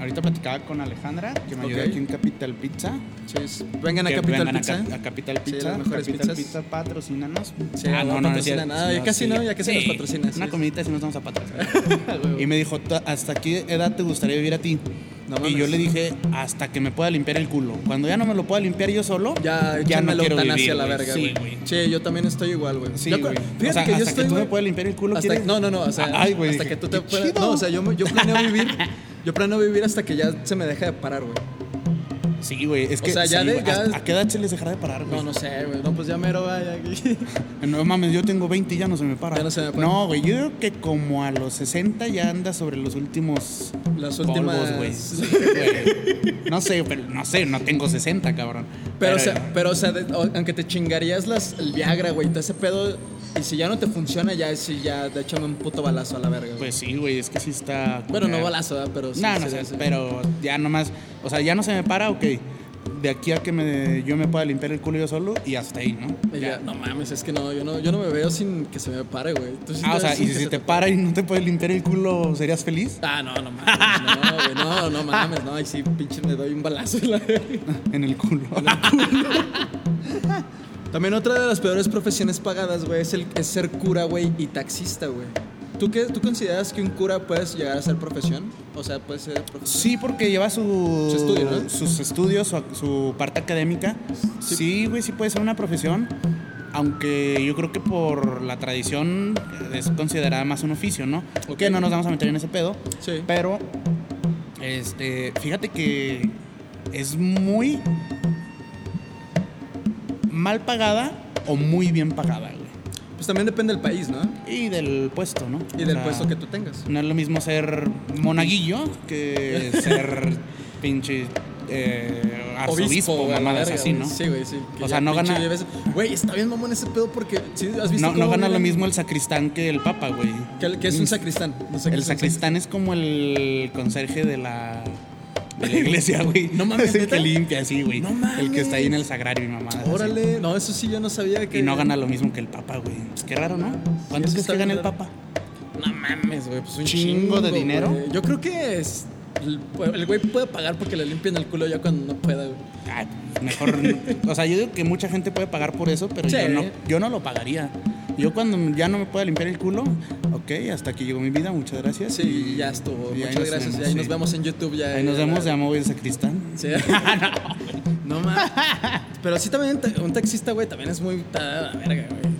A: ahorita platicaba con Alejandra, que me ayudó
B: Ok.
A: aquí en Capital Pizza.
B: Sí, es- vengan a
A: Que
B: Capital
A: vengan
B: Pizza.
A: A, Cap- a Capital
B: Sí,
A: Pizza.
B: las mejores
A: Capital
B: pizzas.
A: Pizza, patrocínanos. Ah,
B: Sí, no patrocina
A: no,
B: nada, ya casi no, ya casi nos patrocina, sí.
A: Una comidita si nos vamos a patrocinar.
B: A huevo.
A: y me dijo, "Ta- ¿hasta qué edad te gustaría vivir a ti?
B: No
A: y
B: mames.
A: yo le dije, hasta que me pueda limpiar el culo. Cuando ya no me lo pueda limpiar yo solo,
B: ya,
A: ya no
B: échenme la
A: quiero
B: eutanasia
A: vivir.
B: a la
A: güey.
B: verga,
A: sí,
B: güey.
A: güey.
B: Sí, yo también estoy igual, güey.
A: Sí,
B: Yo cu-
A: güey.
B: Fíjate
A: O sea,
B: que yo
A: hasta
B: estoy,
A: que tú
B: güey,
A: me puedas limpiar el culo,
B: hasta-
A: ¿quieres?
B: No, no, no, o sea,
A: Ay, güey,
B: hasta
A: dije,
B: que tú
A: qué
B: te puedas...
A: chido.
B: No, o sea, yo, yo planeo vivir, yo planeo vivir hasta que ya se me deje de parar, güey.
A: Sí, güey. Es
B: O
A: que,
B: sea, ya
A: sí,
B: de-
A: güey,
B: ya-
A: ¿a- ¿a qué edad se les dejará de parar, güey?
B: No, no sé, güey. No, pues ya mero vaya aquí.
A: No mames, yo tengo 20 y ya no se me para.
B: Ya no se me para.
A: No, güey, yo creo que como a los 60 ya anda sobre los últimos
B: Las últimas...
A: polvos, güey. Sí, güey. no sé, pero no sé, no tengo 60, cabrón.
B: Pero, o sea, pero, o sea de- o- aunque te chingarías las, el Viagra, güey, te hace pedo. Y si ya no te funciona, ya, si ya, de hecho, un puto balazo a la verga. güey.
A: Pues sí, güey, es que sí está.
B: bueno, no
A: culero.
B: balazo, ¿verdad? pero sí.
A: No,
B: sí,
A: no sé,
B: sí.
A: pero ya nomás. O sea, ya no se me para, ok. De aquí a que me, yo me pueda limpiar el culo yo solo y hasta ahí, ¿no?
B: Y Pues
A: Ya.
B: ya, no mames, es que no yo, no, yo no me veo sin que se me pare, güey. ¿Tú sí
A: Ah, o
B: ves
A: sea,
B: sin
A: y
B: que
A: si
B: se
A: te para y no te puedes limpiar el culo, ¿serías feliz?
B: Ah, no, no mames, no, güey, no, no mames, no, y sí, pinche me doy un balazo. en la verga.
A: En el culo.
B: También otra de las peores profesiones pagadas, güey, es, el, es ser cura, güey, y taxista, güey. ¿Tú, qué, ¿Tú consideras que un cura puedes llegar a ser profesión? O sea, puede ser profesión.
A: Sí, porque lleva su,
B: Su estudio, ¿no?
A: sus estudios, su, su parte académica.
B: Sí.
A: Sí, güey, sí puede ser una profesión. Aunque yo creo que por la tradición es considerada más un oficio, ¿no?
B: Ok.
A: Que no nos vamos a meter en ese pedo.
B: Sí.
A: Pero, este, fíjate que es muy mal pagada o muy bien pagada, güey.
B: Pues también depende del país, ¿no?
A: Y del puesto, ¿no?
B: Y
A: O
B: del
A: sea,
B: puesto que tú tengas.
A: no es lo mismo ser monaguillo que ser pinche eh, arzobispo,
B: güey, a la
A: mamadas
B: verga,
A: así,
B: güey.
A: ¿no?
B: Sí, güey, sí. que
A: O
B: ya
A: sea, no
B: pinche
A: gana-
B: lleves- Güey, está bien mamón ese pedo porque... ¿sí? ¿Has visto
A: No, no
B: cómo
A: gana lo
B: viven?
A: mismo el sacristán que el papa, güey.
B: Que, que es un sacristán. No sé qué
A: El
B: es un
A: sacristán es como el conserje de la, de la iglesia, güey.
B: No mames,
A: Es el
B: ¿neta?
A: que limpia, así, güey.
B: No
A: El que está ahí en
B: mames.
A: el sagrario, mi mamá. así.
B: Órale, no, eso sí yo no sabía que.
A: Y no gana lo mismo que el papa, güey. Pues Qué raro, ¿no? ¿Cuánto crees
B: eso está
A: que gana
B: bien
A: el
B: raro.
A: papa?
B: No mames, güey, pues un
A: Chingo de
B: güey.
A: dinero.
B: Yo creo que es. El pues, el güey puede pagar porque le limpian el culo ya cuando no pueda, güey.
A: Ah, mejor. no. o sea, yo digo que mucha gente puede pagar por eso, pero
B: Sí.
A: yo, no, yo no lo pagaría. Yo cuando ya no me pueda limpiar el culo, ok, hasta aquí llegó mi vida, muchas gracias.
B: Sí, ya estuvo.
A: y ahí
B: Muchas
A: nos
B: gracias.
A: vemos,
B: y ahí
A: sí.
B: nos vemos en YouTube. Ya,
A: Ahí nos
B: ya,
A: vemos,
B: ya.
A: de amo el sacristán.
B: Sí. no mames. Pero sí, también ta- un taxista, güey, también es muy. ta- la verga, güey.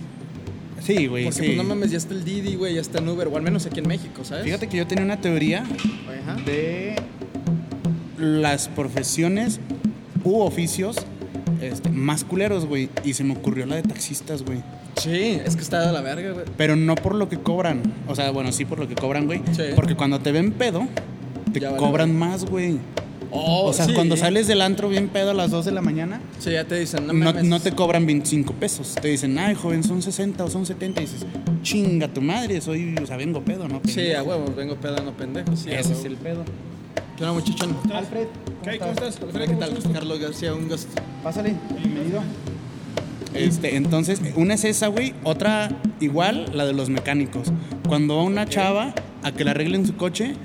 A: Sí, güey,
B: Porque
A: sí.
B: pues no mames, ya está el Didi, güey, ya está el Uber, o al menos aquí en México, ¿sabes?
A: Fíjate que yo tenía una teoría
B: Ajá.
A: de las profesiones u oficios este, más culeros, güey. Y se me ocurrió la de taxistas, güey.
B: Sí, es que está de la verga, güey.
A: Pero no por lo que cobran. O sea, bueno, sí por lo que cobran, güey.
B: Sí.
A: Porque cuando te ven pedo, te
B: Ya vale,
A: cobran más, güey.
B: Oh,
A: O sea,
B: sí.
A: cuando sales del antro bien pedo a las 2 de la mañana,
B: Sí, ya te dicen, no
A: no,
B: mames.
A: no te cobran 25 pesos. Te dicen, ay, joven, son 60 o son 70. Y dices, chinga tu madre, soy, o sea, vengo pedo, ¿no?
B: Sí,
A: pendejo".
B: a huevo, vengo pedo, no pendejo. Sí, a
A: Ese es
B: huevo.
A: el pedo.
B: ¿Qué onda, muchachón?
A: Alfred,
C: ¿Qué hay? ¿Cómo estás?
B: Hola, ¿Qué tal? Carlos García, un gusto.
A: Pásale, bienvenido. Este, entonces, una es esa, güey. Otra, igual, la de los mecánicos. Cuando va una chava a que le arreglen su coche,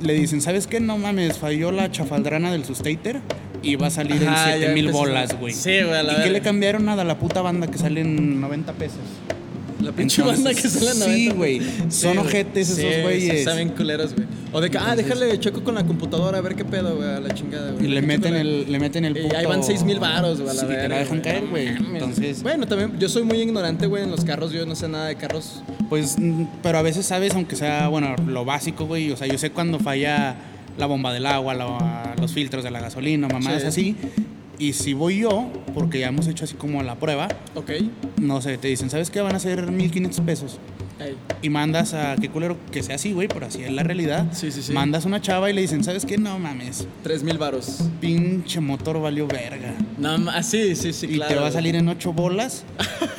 A: le dicen, ¿sabes qué? No mames, falló la chafaldrana del sustater y va a salir
B: Ajá, ya
A: en 7 mil
B: empezó.
A: bolas, güey.
B: Sí, güey, a la
A: ¿Y qué
B: verga.
A: le cambiaron nada a la puta banda que sale en 90 pesos?
B: La pinche
A: Entonces,
B: banda que sale en
A: sí,
B: 90.
A: güey. Son
B: güey.
A: ojetes esos
B: Sí, güey,
A: güeyes.
B: Sí, saben culeros, güey. O de que, ah, déjale checo con la computadora a ver qué pedo, güey, a la chingada, güey.
A: Y le
B: Checo
A: meten
B: la-
A: el, le meten el
B: Y ahí van 6 mil baros, güey, a la
A: Sí, que te
B: verga,
A: la dejan
B: güey.
A: caer,
B: No
A: güey.
B: mames.
A: Entonces,
B: Bueno, también, yo soy muy ignorante, güey, en los carros. Yo no sé nada de carros.
A: Pues, mm, pero a veces sabes, aunque sea, bueno, lo básico, güey. O sea, yo sé cuando falla la bomba del agua, la- los filtros de la gasolina, mamadas
B: Sí.
A: así. Y si voy yo, porque ya hemos hecho así como la prueba,
B: Ok.
A: no sé, te dicen, ¿sabes qué? Van a ser 1500 pesos.
B: Ey.
A: Y mandas a, qué culero que sea así, güey, pero así es la realidad.
B: Sí, sí, sí.
A: Mandas una chava y le dicen, ¿sabes qué? No mames,
B: 3 mil baros.
A: pinche motor valió verga.
B: No, ma- ah, sí, sí, sí,
A: y
B: claro.
A: te va a
B: güey.
A: salir en ocho bolas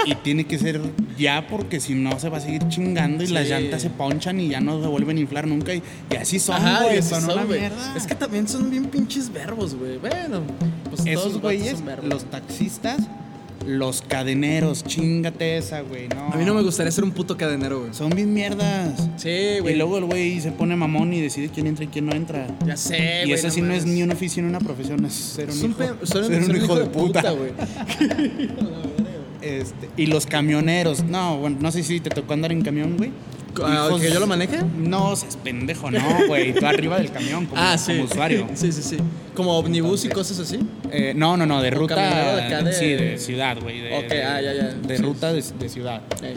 A: y tiene que ser ya porque si no se va a seguir chingando y las
B: Sí.
A: llantas se ponchan y ya no se vuelven a inflar nunca y, y así son,
B: Ajá,
A: güey,
B: y así
A: son
B: son,
A: una
B: güey.
A: mierda.
B: Es que también son bien pinches verbos, güey. Bueno, pues todos
A: esos
B: los vatos
A: güeyes,
B: son verbos.
A: los taxistas, los cadeneros, chingate esa, güey, no.
B: A mí no me gustaría ser un puto cadenero, güey.
A: Son bien mierdas.
B: Sí,
A: Y
B: güey.
A: luego el güey se pone mamón y decide quién entra y quién no entra.
B: Ya sé, Eh, güey.
A: y eso sí no es
B: mames.
A: ni un oficio ni una profesión, es ser un,
B: Es un
A: hijo,
B: pe- son-
A: ser un
B: son
A: hijo de puta.
B: güey.
A: Este, y los camioneros, no, bueno, no sé si te tocó andar en camión, güey.
B: Ah,
A: Hijos-
B: ¿que yo lo maneje?
A: No, seas pendejo, no, güey. Tú arriba del camión como,
B: ah, sí.
A: como usuario.
B: Sí, sí, sí. Como ómnibus y cosas así.
A: Eh, no, no, no, de
B: O
A: ruta.
B: camionero de acá de-
A: Sí, de ciudad, güey. de-
B: Ok,
A: de-
B: ah, ya, ya.
A: De
B: Sí.
A: ruta de, de ciudad.
B: Ey,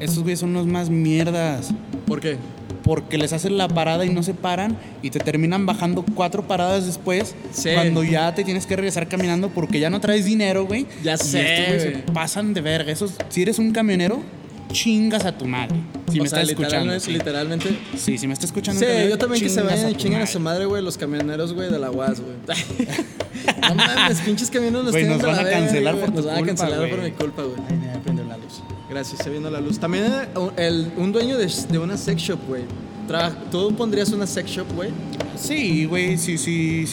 A: Estos güeyes son los más mierdas.
B: ¿Por qué?
A: Porque les hacen la parada y no se paran y te terminan bajando cuatro paradas después.
B: Sí.
A: Cuando ya te tienes que regresar caminando porque ya no traes dinero, güey.
B: Ya
A: Y
B: sé,
A: estos güeyes se
B: güey.
A: pasan de verga. Esos, si eres un camionero, chingas a tu madre. Si
B: O
A: me
B: sea,
A: estás escuchando.
B: literalmente-
A: Sí.
B: Literalmente.
A: Sí, si me estás escuchando. un
B: Sí,
A: camionero,
B: yo también que se
A: chingas
B: vayan y
A: tu
B: chinguen a
A: madre.
B: su madre, güey, los camioneros, güey, de la UAS, güey. No mames, pinches camiones los
A: Güey,
B: tienen
A: nos
B: de la
A: van a
B: verga,
A: cancelar
B: güey.
A: por tu
B: Nos van a
A: culpa,
B: cancelar
A: güey.
B: por mi culpa, güey.
A: Ay, me prendió la luz.
B: Gracias, se viendo la luz. También eh, el- un dueño de, de una sex shop, güey. Traba- ¿Tú pondrías una sex shop, güey?
A: Sí, güey, sí, sí,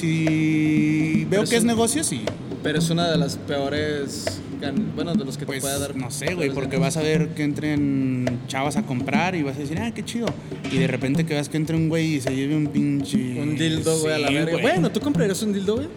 A: sí. Veo
B: Pero
A: que
B: es
A: es
B: un-
A: negocio, sí.
B: Pero es una de las peores, gan- bueno, de los que
A: Pues
B: te puede dar.
A: no sé, güey,
B: peores
A: porque
B: ganancias.
A: vas a ver que entren chavas a comprar y vas a decir, ah, qué chido. Y de repente que vas que entre un güey y se lleve un pinche.
B: Un dildo, güey, a la
A: Sí,
B: verga.
A: güey. Mm,
B: Bueno, ¿tú comprarías un dildo, güey?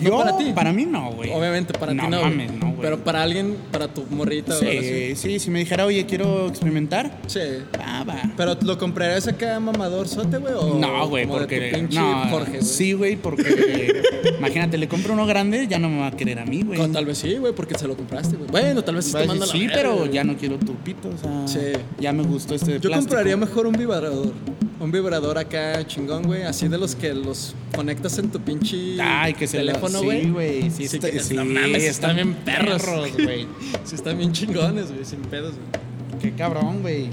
A: yo,
B: no
A: para
B: para ti.
A: mí no, güey.
B: Obviamente, para ti no. güey.
A: mames, no, güey.
B: Pero para alguien, para tu morrita,
A: Sí,
B: güey. así.
A: sí, si me dijera, oye, quiero experimentar,
B: Sí.
A: va, va.
B: Pero ¿lo comprarías acá mamador sote, güey? o
A: No, güey,
B: como de tu
A: porque.
B: pinche
A: no,
B: Jorge, güey?
A: sí, güey, porque. imagínate, le compro uno grande, ya no me va a querer a mí, güey.
B: Con- tal vez sí, güey, porque se lo compraste, güey. Bueno, tal vez sí
A: Va a
B: te
A: decir,
B: manda la
A: sí,
B: verga,
A: pero
B: güey".
A: ya no quiero tu pito, o sea,
B: Sí.
A: ya me gustó este de
B: Yo
A: plástico.
B: compraría mejor un vibrador. Un vibrador acá chingón, güey. Así de los que los conectas en tu pinche
A: Ay, que se lo-
B: teléfono,
A: sí,
B: güey.
A: güey, sí, está-
B: que-
A: sí,
B: no mames,
A: están
B: están bien perros,
A: perros, güey.
B: güey. sí, están bien chingones, güey, sin pedos, güey.
A: Qué cabrón, güey.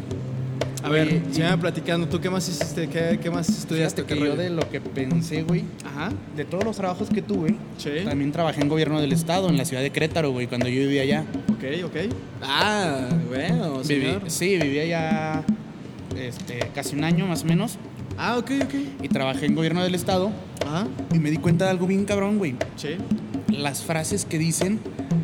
B: A ver,
A: Oye,
B: sigan platicando. ¿Tú qué más hiciste? ¿Qué, qué más estudiaste?
A: Fíjate que
B: ¿Qué
A: yo
B: rollo?
A: de lo que pensé, güey,
B: Ajá.
A: de todos los trabajos que tuve,
B: Sí.
A: también trabajé en gobierno del estado, en la ciudad de Querétaro, güey, cuando yo vivía allá.
B: Ok, ok. Ah, bueno,
A: Viví,
B: señor.
A: sí, vivía allá este, casi un año más o menos
B: Ah, ok, ok.
A: y trabajé en gobierno del estado
B: Ajá.
A: y me di cuenta de algo bien cabrón, güey.
B: Sí.
A: Las frases que dicen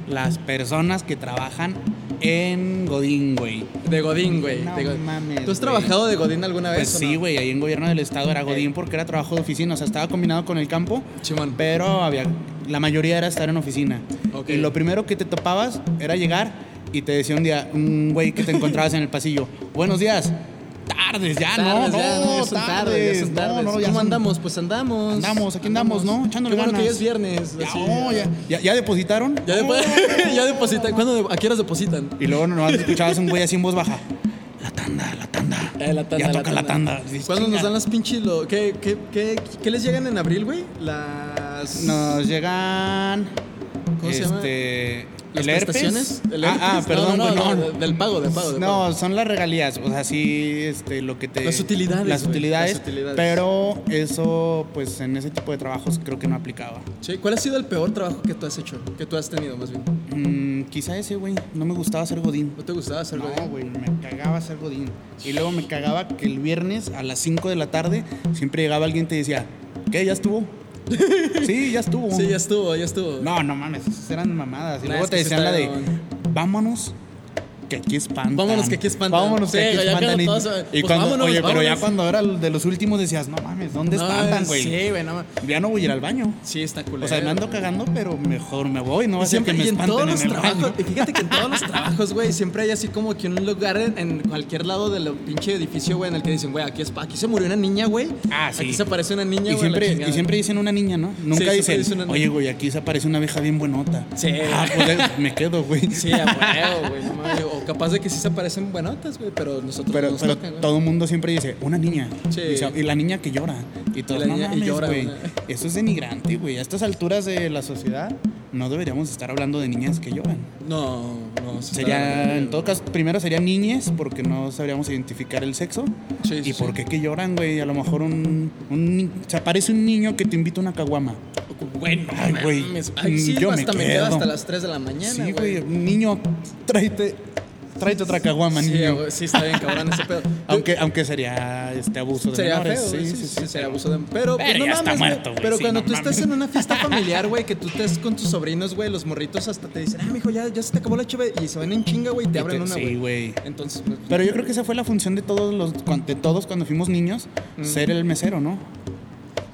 A: las personas que trabajan en Godín, güey.
B: De Godín, güey.
A: No
B: de Godín.
A: mames,
B: ¿Tú
A: güey.
B: has trabajado de Godín alguna vez?
A: Pues
B: o
A: sí,
B: no?
A: güey, ahí en gobierno del estado era Godín porque era trabajo de oficina, o sea, estaba combinado con el campo,
B: Simón.
A: pero había, la mayoría era estar en oficina.
B: Ok.
A: Y lo primero que te topabas era llegar y te decía un día, un güey que te encontrabas en el pasillo, buenos días, tardes, ya,
B: Tardes,
A: no,
B: ya,
A: no,
B: ya son Ah, tardes, ya son tardes.
A: no, no, ya
B: ¿Cómo
A: son-
B: andamos? Pues andamos.
A: Andamos, aquí andamos, ¿no? Echándole
B: Qué bueno
A: ganas.
B: que ya es viernes.
A: Ya,
B: así.
A: oh, ya, ya- ya depositaron.
B: Ya,
A: Oh.
B: depo- ya depositan. ¿Cuándo de- ¿A qué horas depositan?
A: Y luego nomás escuchabas un güey así en voz baja, la tanda, la tanda,
B: Eh, la tanda,
A: ya toca la tanda.
B: ¿Cuándo nos
A: Chinga.
B: dan las pinches? lo- ¿Qué, qué, qué, qué les llegan en abril, güey? Las.
A: Nos llegan.
B: ¿Cómo se llama?
A: este,
B: ¿Las
A: ¿El herpes?
B: prestaciones? ¿El herpes?
A: Ah, ah,
B: No,
A: perdón,
B: no,
A: güey,
B: no,
A: no,
B: de- del pago, del pago. del pago.
A: No, son las regalías, o sea, sí, este, lo que te...
B: Las utilidades,
A: Las
B: güey,
A: utilidades,
B: las utilidades.
A: pero eso, pues, en ese tipo de trabajos creo que no aplicaba.
B: Sí, ¿Cuál ha sido el peor trabajo que tú has hecho? Que tú has tenido, más bien.
A: Mm, quizá ese, güey, no me gustaba ser godín.
B: ¿No te gustaba hacerlo?
A: No, güey, me cagaba ser godín. Y luego me cagaba que el viernes a las 5 de la tarde siempre llegaba alguien y te decía, ¿qué, ya estuvo? sí, ya estuvo.
B: Sí, ya estuvo, ya estuvo.
A: No, no mames, esas eran mamadas. Y
B: Nah,
A: luego
B: es
A: te
B: que sí
A: decían la
B: está
A: de,
B: cabrón.
A: vámonos, que aquí espantan.
B: Vámonos, que aquí espantan.
A: Vámonos, que
B: Sí,
A: aquí
B: ya
A: espantan.
B: quedaron
A: Y,
B: todos, eh,
A: y
B: pues
A: cuando,
B: vámonos,
A: oye, pero ya
B: vámonos.
A: cuando era el de los últimos decías, no mames, ¿dónde
B: No,
A: espantan, güey?
B: Sí, güey, no.
A: Ya no voy a ir al baño.
B: Sí, está culero.
A: O sea, me ando cagando, pero mejor me voy, no va
B: Y
A: a ser que
B: siempre,
A: me
B: y en
A: espanten
B: todos
A: en
B: los
A: el
B: trabajos,
A: baño.
B: y fíjate que en todos los trabajos, güey, siempre hay así como que un lugar en, en cualquier lado del pinche edificio, güey, en el que dicen, güey, aquí, es- aquí se murió una niña, güey.
A: Ah, sí.
B: Aquí se aparece una niña,
A: Y
B: güey. la
A: siempre,
B: chingada.
A: y siempre dicen una niña, ¿no? Nunca
B: siempre
A: dicen,
B: dicen una niña.
A: oye, güey, aquí se aparece una vieja bien buenota.
B: Sí.
A: Ah, pues eh, me quedo, güey.
B: Sí, a huevo, güey, no mames. O capaz de que sí se aparecen buenotas, güey, pero nosotros no
A: Pero,
B: nos
A: pero
B: toca, güey.
A: todo el mundo siempre dice, una niña.
B: Sí.
A: Y, se- y la niña que llora. Y todos,
B: la
A: no
B: niña- y
A: mames,
B: llora,
A: güey.
B: güey.
A: Eso es denigrante, güey. A estas alturas de la sociedad no deberíamos estar hablando de niñas que lloran.
B: No, no. sí está la
A: Sería,
B: verga,
A: en todo caso, primero serían niñes porque no sabríamos identificar el sexo.
B: Sí, sí,
A: y
B: sí.
A: por qué que lloran, güey. A lo mejor un, un ni- se aparece un niño que te invita una caguama.
B: Bueno,
A: Ay, güey,
B: Ay, sí,
A: yo me
B: hasta me
A: quedo.
B: quedo hasta las 3 de la mañana,
A: Sí, güey. Niño, tráete tráete otra caguama,
B: Sí,
A: niño.
B: güey, sí, está bien, cabrón, ese pedo.
A: Aunque, aunque sería este abuso de
B: Sería
A: menores.
B: feo, güey, sí, sí, sí, sería abuso de... Pero, pues,
A: Pero
B: no
A: ya está
B: mames, güey.
A: muerto, güey,
B: Pero
A: sí,
B: cuando
A: no
B: tú estás
A: mames.
B: en una fiesta familiar, güey, que tú estés con tus sobrinos, güey, los morritos hasta te dicen, ah, mijo, ya, ya se te acabó la cheve. Y se van en chinga, güey, y te
A: Y
B: abren
A: te-
B: una,
A: sí,
B: güey.
A: güey.
B: Entonces, pues,
A: Pero yo creo que esa fue la función de todos los cuan- de todos cuando fuimos niños, ser el mesero, ¿no?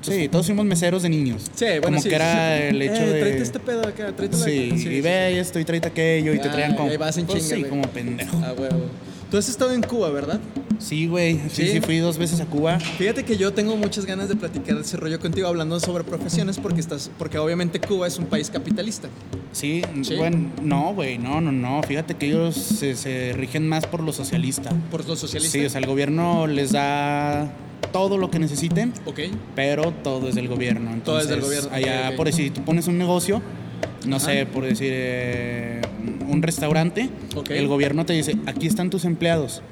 A: Sí, todos fuimos meseros de niños.
B: Pues, Sí, bueno,
A: Como
B: sí,
A: que
B: sí,
A: era
B: sí.
A: el hecho
B: eh,
A: de
B: Tráete este pedo acá, tráete la
A: Sí, y ve esto y tráete aquello y te
B: Ah,
A: traían como
B: y ahí vas en
A: pues
B: chinga,
A: sí,
B: güey.
A: como pendejo.
B: Ah, huevo. Tú has estado en Cuba, ¿verdad?
A: Sí, güey. Sí,
B: ¿Sí?
A: sí, fui dos veces a Cuba.
B: Fíjate que yo tengo muchas ganas de platicar ese rollo contigo hablando sobre profesiones porque estás porque obviamente Cuba es un país capitalista.
A: Sí,
B: Sí.
A: bueno, no, güey, no, no, no. Fíjate que ellos se, se rigen más por lo socialista.
B: Por los socialistas.
A: Sí, o sea, el gobierno les da todo lo que necesiten,
B: Ok.
A: pero todo es del gobierno. Entonces,
B: Todo es del gobierno,
A: Allá,
B: ok, ok.
A: por decir, tú pones un negocio, no
B: Ajá.
A: sé, por decir, eh, un restaurante,
B: Ok.
A: el gobierno te dice, aquí están tus empleados,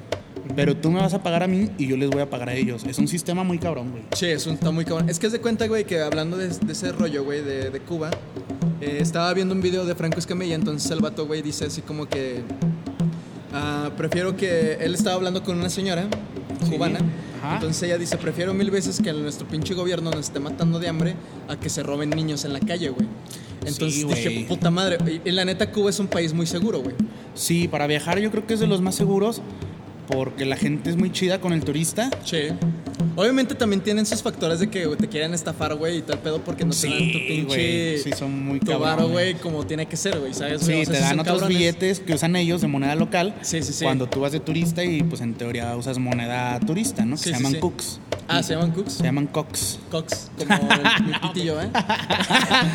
A: pero tú me vas a pagar a mí y yo les voy a pagar a ellos. Es un sistema muy cabrón, güey.
B: Che, es un, está muy cabrón. Es que es de cuenta, güey, que hablando de, de ese rollo, güey, de, de Cuba, eh, estaba viendo un video de Franco Escamilla, entonces el vato, güey, dice así como que... ah, prefiero que... Él estaba hablando con una señora
A: Sí.
B: cubana,
A: Ajá.
B: entonces ella dice, prefiero mil veces que nuestro pinche gobierno nos esté matando de hambre a que se roben niños en la calle, güey. Entonces
A: Sí,
B: dije,
A: güey.
B: puta madre. Y, y la neta, Cuba es un país muy seguro, güey.
A: Sí, para viajar yo creo que es de los más seguros porque la gente es muy chida con el turista.
B: Che. Obviamente también tienen sus factores de que güey, te quieren estafar, güey, y tal pedo porque no te dan tu
A: Sí,
B: pinche...
A: güey, sí, son muy
B: tu varo,
A: cabrones.
B: güey, como tiene que ser, güey, ¿sabes? güey?
A: Sí,
B: O sea,
A: te
B: sí
A: dan
B: son
A: otros
B: cabrones.
A: billetes que usan ellos de moneda local.
B: Sí, sí, sí.
A: Cuando tú vas de turista y pues en teoría usas moneda turista, ¿no? Que
B: Sí,
A: se
B: sí,
A: llaman
B: sí.
A: cooks.
B: Ah, ¿se llaman Cooks?
A: Se llaman cocks.
B: Cox, como el- mi pitillo, ¿eh?
A: Ah,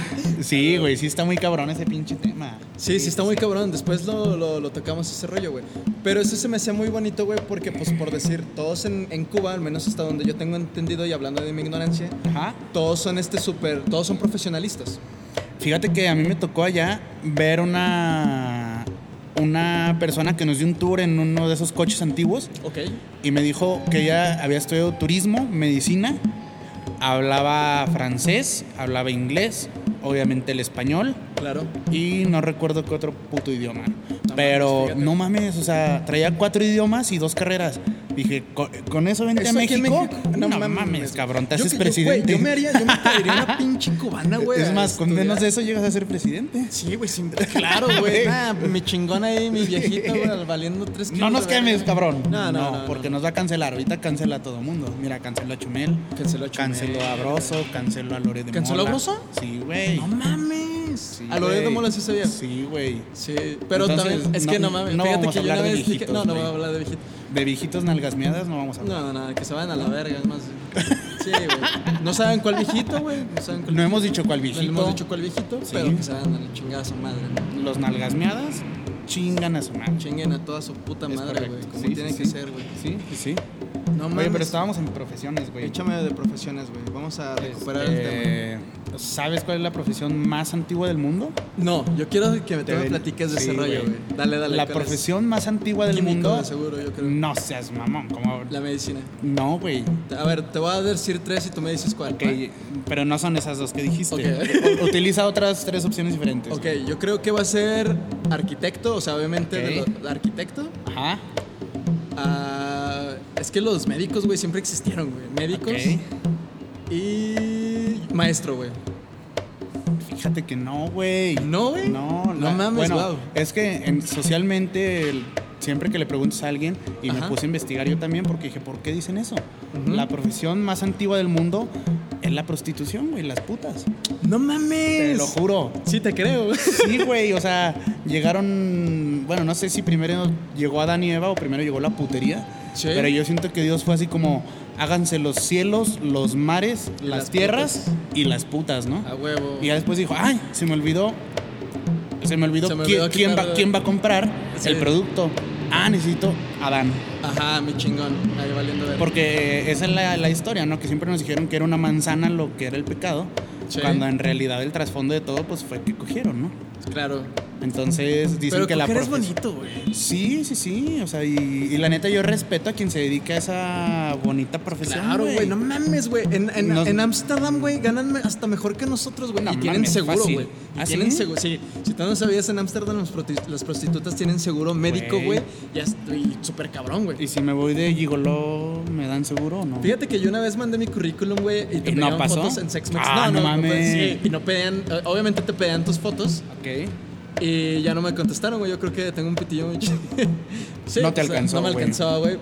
A: Sí, güey, sí está muy cabrón ese pinche tema.
B: Sí, sí, está muy cabrón. Después lo, lo, lo tocamos ese rollo, güey. Pero eso se me hacía muy bonito, güey, porque, pues, por decir, todos en, en Cuba, al menos hasta donde yo tengo entendido y hablando de mi ignorancia,
A: Ajá.
B: todos son este súper, todos son profesionalistas.
A: Fíjate que a mí me tocó allá ver una una persona que nos dio un tour en uno de esos coches antiguos
B: Ok.
A: y me dijo que ella había estudiado turismo, medicina, hablaba francés, hablaba inglés, obviamente el español
B: Claro.
A: y no recuerdo qué otro puto idioma.
B: No mames,
A: Pero
B: fíjate.
A: no mames, o sea, traía cuatro idiomas y dos carreras. Dije, "Co- ¿con, eso vente
B: ¿Eso
A: a
B: aquí en
A: México?
B: México?
A: No, mames, cabrón, te
B: Yo
A: haces
B: que- yo, güey,
A: presidente.
B: Yo, me haría, yo me pediría una pinche cubana, güey.
A: es
B: a
A: más, con
B: estudiar.
A: menos de eso llegas a ser presidente.
B: Sí, güey, sin- claro, güey. Nah, mi chingón ahí, mi viejito, güey, valiendo tres kilos.
A: No nos
B: de verga.
A: quemes, cabrón.
B: pues, No, no, no,
A: porque
B: no.
A: nos va a cancelar. Ahorita cancela a todo mundo. Mira, canceló a Chumel.
B: Canceló a Chumel.
A: Canceló a Broso, canceló a Lore de
B: ¿Canceló a
A: Mola.
B: Broso?
A: Sí, güey.
B: No mames.
A: Sí,
B: a lo de
A: güey.
B: Mola sí sabía. Sí.
A: Sí, güey.
B: pero
A: Entonces,
B: también, es
A: no-
B: que no mames,
A: no
B: fíjate
A: vamos
B: que
A: a
B: yo una
A: hablar de
B: vez dije,
A: viejitos,
B: no, no voy a
A: güey.
B: hablar de viejitos.
A: De viejitos nalgasmeadas no vamos a hablar.
B: No, no, que se vayan a la verga, es más. Sí, güey. No saben cuál viejito, güey. No saben cuál
A: No hemos dicho cuál
B: viejito.
A: viejito.
B: No hemos dicho cuál viejito,
A: Sí.
B: pero que se vayan a la chingada a su madre, ¿no?
A: Los nalgasmeadas chingan a su madre.
B: Chinguen a toda su puta
A: Es
B: madre, güey.
A: correcto.
B: Como
A: Sí, sí,
B: tiene que
A: sí.
B: ser, güey.
A: Sí, sí, sí.
B: No
A: Oye,
B: mames.
A: pero estábamos en profesiones, güey.
B: Échame de profesiones, güey. Vamos a recuperar el tema.
A: Este, ¿Sabes cuál es la profesión más antigua del mundo?
B: No, yo quiero que me tú
A: Te
B: me
A: ven-
B: platiques de
A: Sí,
B: ese rollo,
A: güey.
B: güey. Dale, dale.
A: La
B: ¿cuál es?
A: profesión más antigua del
B: Químico,
A: mundo. Mm.
B: de seguro, yo creo.
A: No seas mamón, como
B: La medicina.
A: No, güey.
B: A ver, te voy a decir tres y tú me dices cuál.
A: Ok, pero no son esas dos que dijiste.
B: ¿Ah? Ok.
A: U- Utiliza otras tres opciones diferentes.
B: ¿va? Ok, yo creo que va a ser arquitecto, o sea, obviamente de
A: Ok.
B: lo- de arquitecto.
A: Ajá.
B: Ah, es que los médicos, güey, siempre existieron, güey. Médicos
A: Ok.
B: y maestro, güey.
A: Fíjate que no, güey.
B: ¿No, güey?
A: No,
B: No
A: la-
B: mames,
A: bueno,
B: guau.
A: Es que en- socialmente, el- siempre que le preguntas a alguien, y
B: Ajá.
A: me puse a investigar yo también, porque dije, ¿por qué dicen eso?
B: Ujú.
A: La profesión más antigua del mundo es la prostitución, güey, las putas.
B: No mames.
A: Te lo juro.
B: Sí, te creo, güey.
A: Sí, güey, o sea, llegaron, bueno, no sé si primero llegó Adán y Eva o primero llegó la putería,
B: Sí.
A: pero yo siento que Dios fue así como, háganse los cielos, los mares,
B: Y
A: las,
B: las Ah,
A: tierras y las putas, ¿no?
B: A huevo.
A: Y ya después dijo, ay, se me olvidó, se me olvidó,
B: Se me
A: qui-
B: olvidó
A: quién,
B: quitar-
A: va, quién va a comprar
B: Sí.
A: el producto. Ah, necesito Adán.
B: Ajá, mi chingón. Ahí valiendo ver.
A: Porque esa es la, la historia, ¿no? Que siempre nos dijeron que era una manzana lo que era el pecado,
B: Sí.
A: cuando en realidad el trasfondo de todo pues fue que cogieron, ¿no?
B: Claro.
A: Entonces dicen
C: Pero
A: que la
C: creo que eres
A: profes-
C: bonito, güey.
A: Sí, sí, sí. O sea, y, y la neta yo respeto a quien se dedica a esa bonita profesión.
B: Claro, güey, no mames, güey. En, en,
A: Nos-
B: en Amsterdam, güey, ganan me- hasta mejor que nosotros, güey.
A: No
B: y tienen
A: mames,
B: seguro,
A: fácil.
B: güey. Y
A: ¿Ah,
B: tienen
A: sí?
B: seguro, sí. Si tú no sabías, en Amsterdam los proti- las prostitutas tienen seguro médico,
A: Güey.
B: güey. Y, hasta- y súper cabrón, güey.
A: Y si me voy de gigoló, ¿me dan seguro o no?
B: Fíjate que yo una vez mandé mi currículum, güey, y te
A: ¿Y no
B: pedían
A: pasó?
B: fotos en Sex Mex.
A: Ah, no mames.
B: sí, y no pedían, eh, obviamente te pedían tus fotos
A: Ok.
B: y ya no me contestaron, güey. Yo creo que tengo un pitillo muy chido. Sí,
A: No te
B: o sea,
A: alcanzó,
B: No me
A: güey.
B: alcanzaba, güey.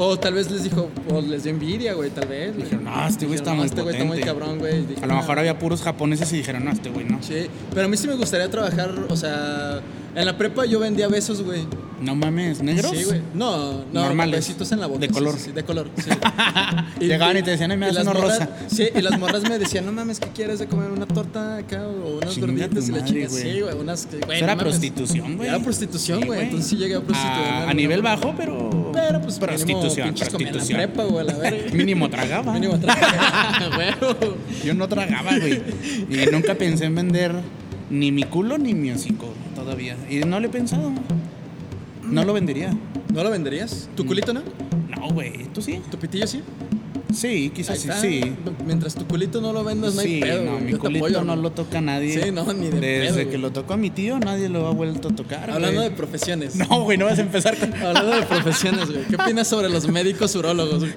B: O tal vez les dijo, o les dio envidia, güey, tal vez. güey.
A: Dijeron, no, este güey está
B: Dijeron,
A: muy
B: Este güey está muy
A: potente".
B: cabrón, güey. Dije,
A: A lo
B: "No".
A: mejor había puros japoneses y dijeron, no, este güey no.
B: Sí, pero a mí sí me gustaría trabajar, o sea, en la prepa yo vendía besos, güey.
A: No mames, ¿negros?
B: Sí, güey. No, no,
A: Normales.
B: besitos en la boca.
A: De
B: sí,
A: color.
B: Sí, sí, de color, sí.
A: Llegaban y te decían, "Ay, me
B: y
A: das
B: las
A: uno
B: morras-
A: rosa".
B: Sí, y las morras me decían, no mames, ¿qué quieres de comer? ¿Una torta acá o unas
A: Chinga
B: gorditas?
A: tu
B: Y la
A: madre,
B: chinga,
A: güey.
B: sí, güey, unas que, güey,
A: Eso
B: no
A: era
B: mames.
A: prostitución, güey.
B: Era prostitución,
A: Sí,
B: güey, entonces sí llegué a prostituir.
A: A,
B: ¿no?
A: a nivel bajo, pero.
B: Pero pues mínimo
A: prostitución,
B: pinches comía en la
A: prostitución.
B: prepa, güey, a la verga.
A: Mínimo tragaba.
B: Mínimo traje. Güey.
A: Yo no tragaba, güey. Y nunca pensé en vender ni mi culo ni mi hocico todavía. Y no lo he pensado. No lo vendería.
B: ¿No lo venderías?
A: Mm.
B: ¿Tu culito no?
A: No, güey. ¿Tú sí?
B: ¿Tu pitillo sí?
A: Sí,
B: Ahí
A: quizás sí,
B: está.
A: sí.
B: Mientras tu culito no lo vendas, no hay
A: sí,
B: pedo.
A: no,
B: güey.
A: mi
B: Yo te
A: culito
B: apoyo,
A: no
B: güey.
A: lo toca nadie.
B: Sí, no, ni de
A: Desde
B: pedo,
A: que
B: güey.
A: lo tocó a mi tío, nadie lo ha vuelto a tocar.
B: Hablando
A: güey.
B: de profesiones.
A: No, güey, no vas a empezar con.
B: Hablando de profesiones, güey. ¿Qué opinas sobre los médicos urólogos? güey?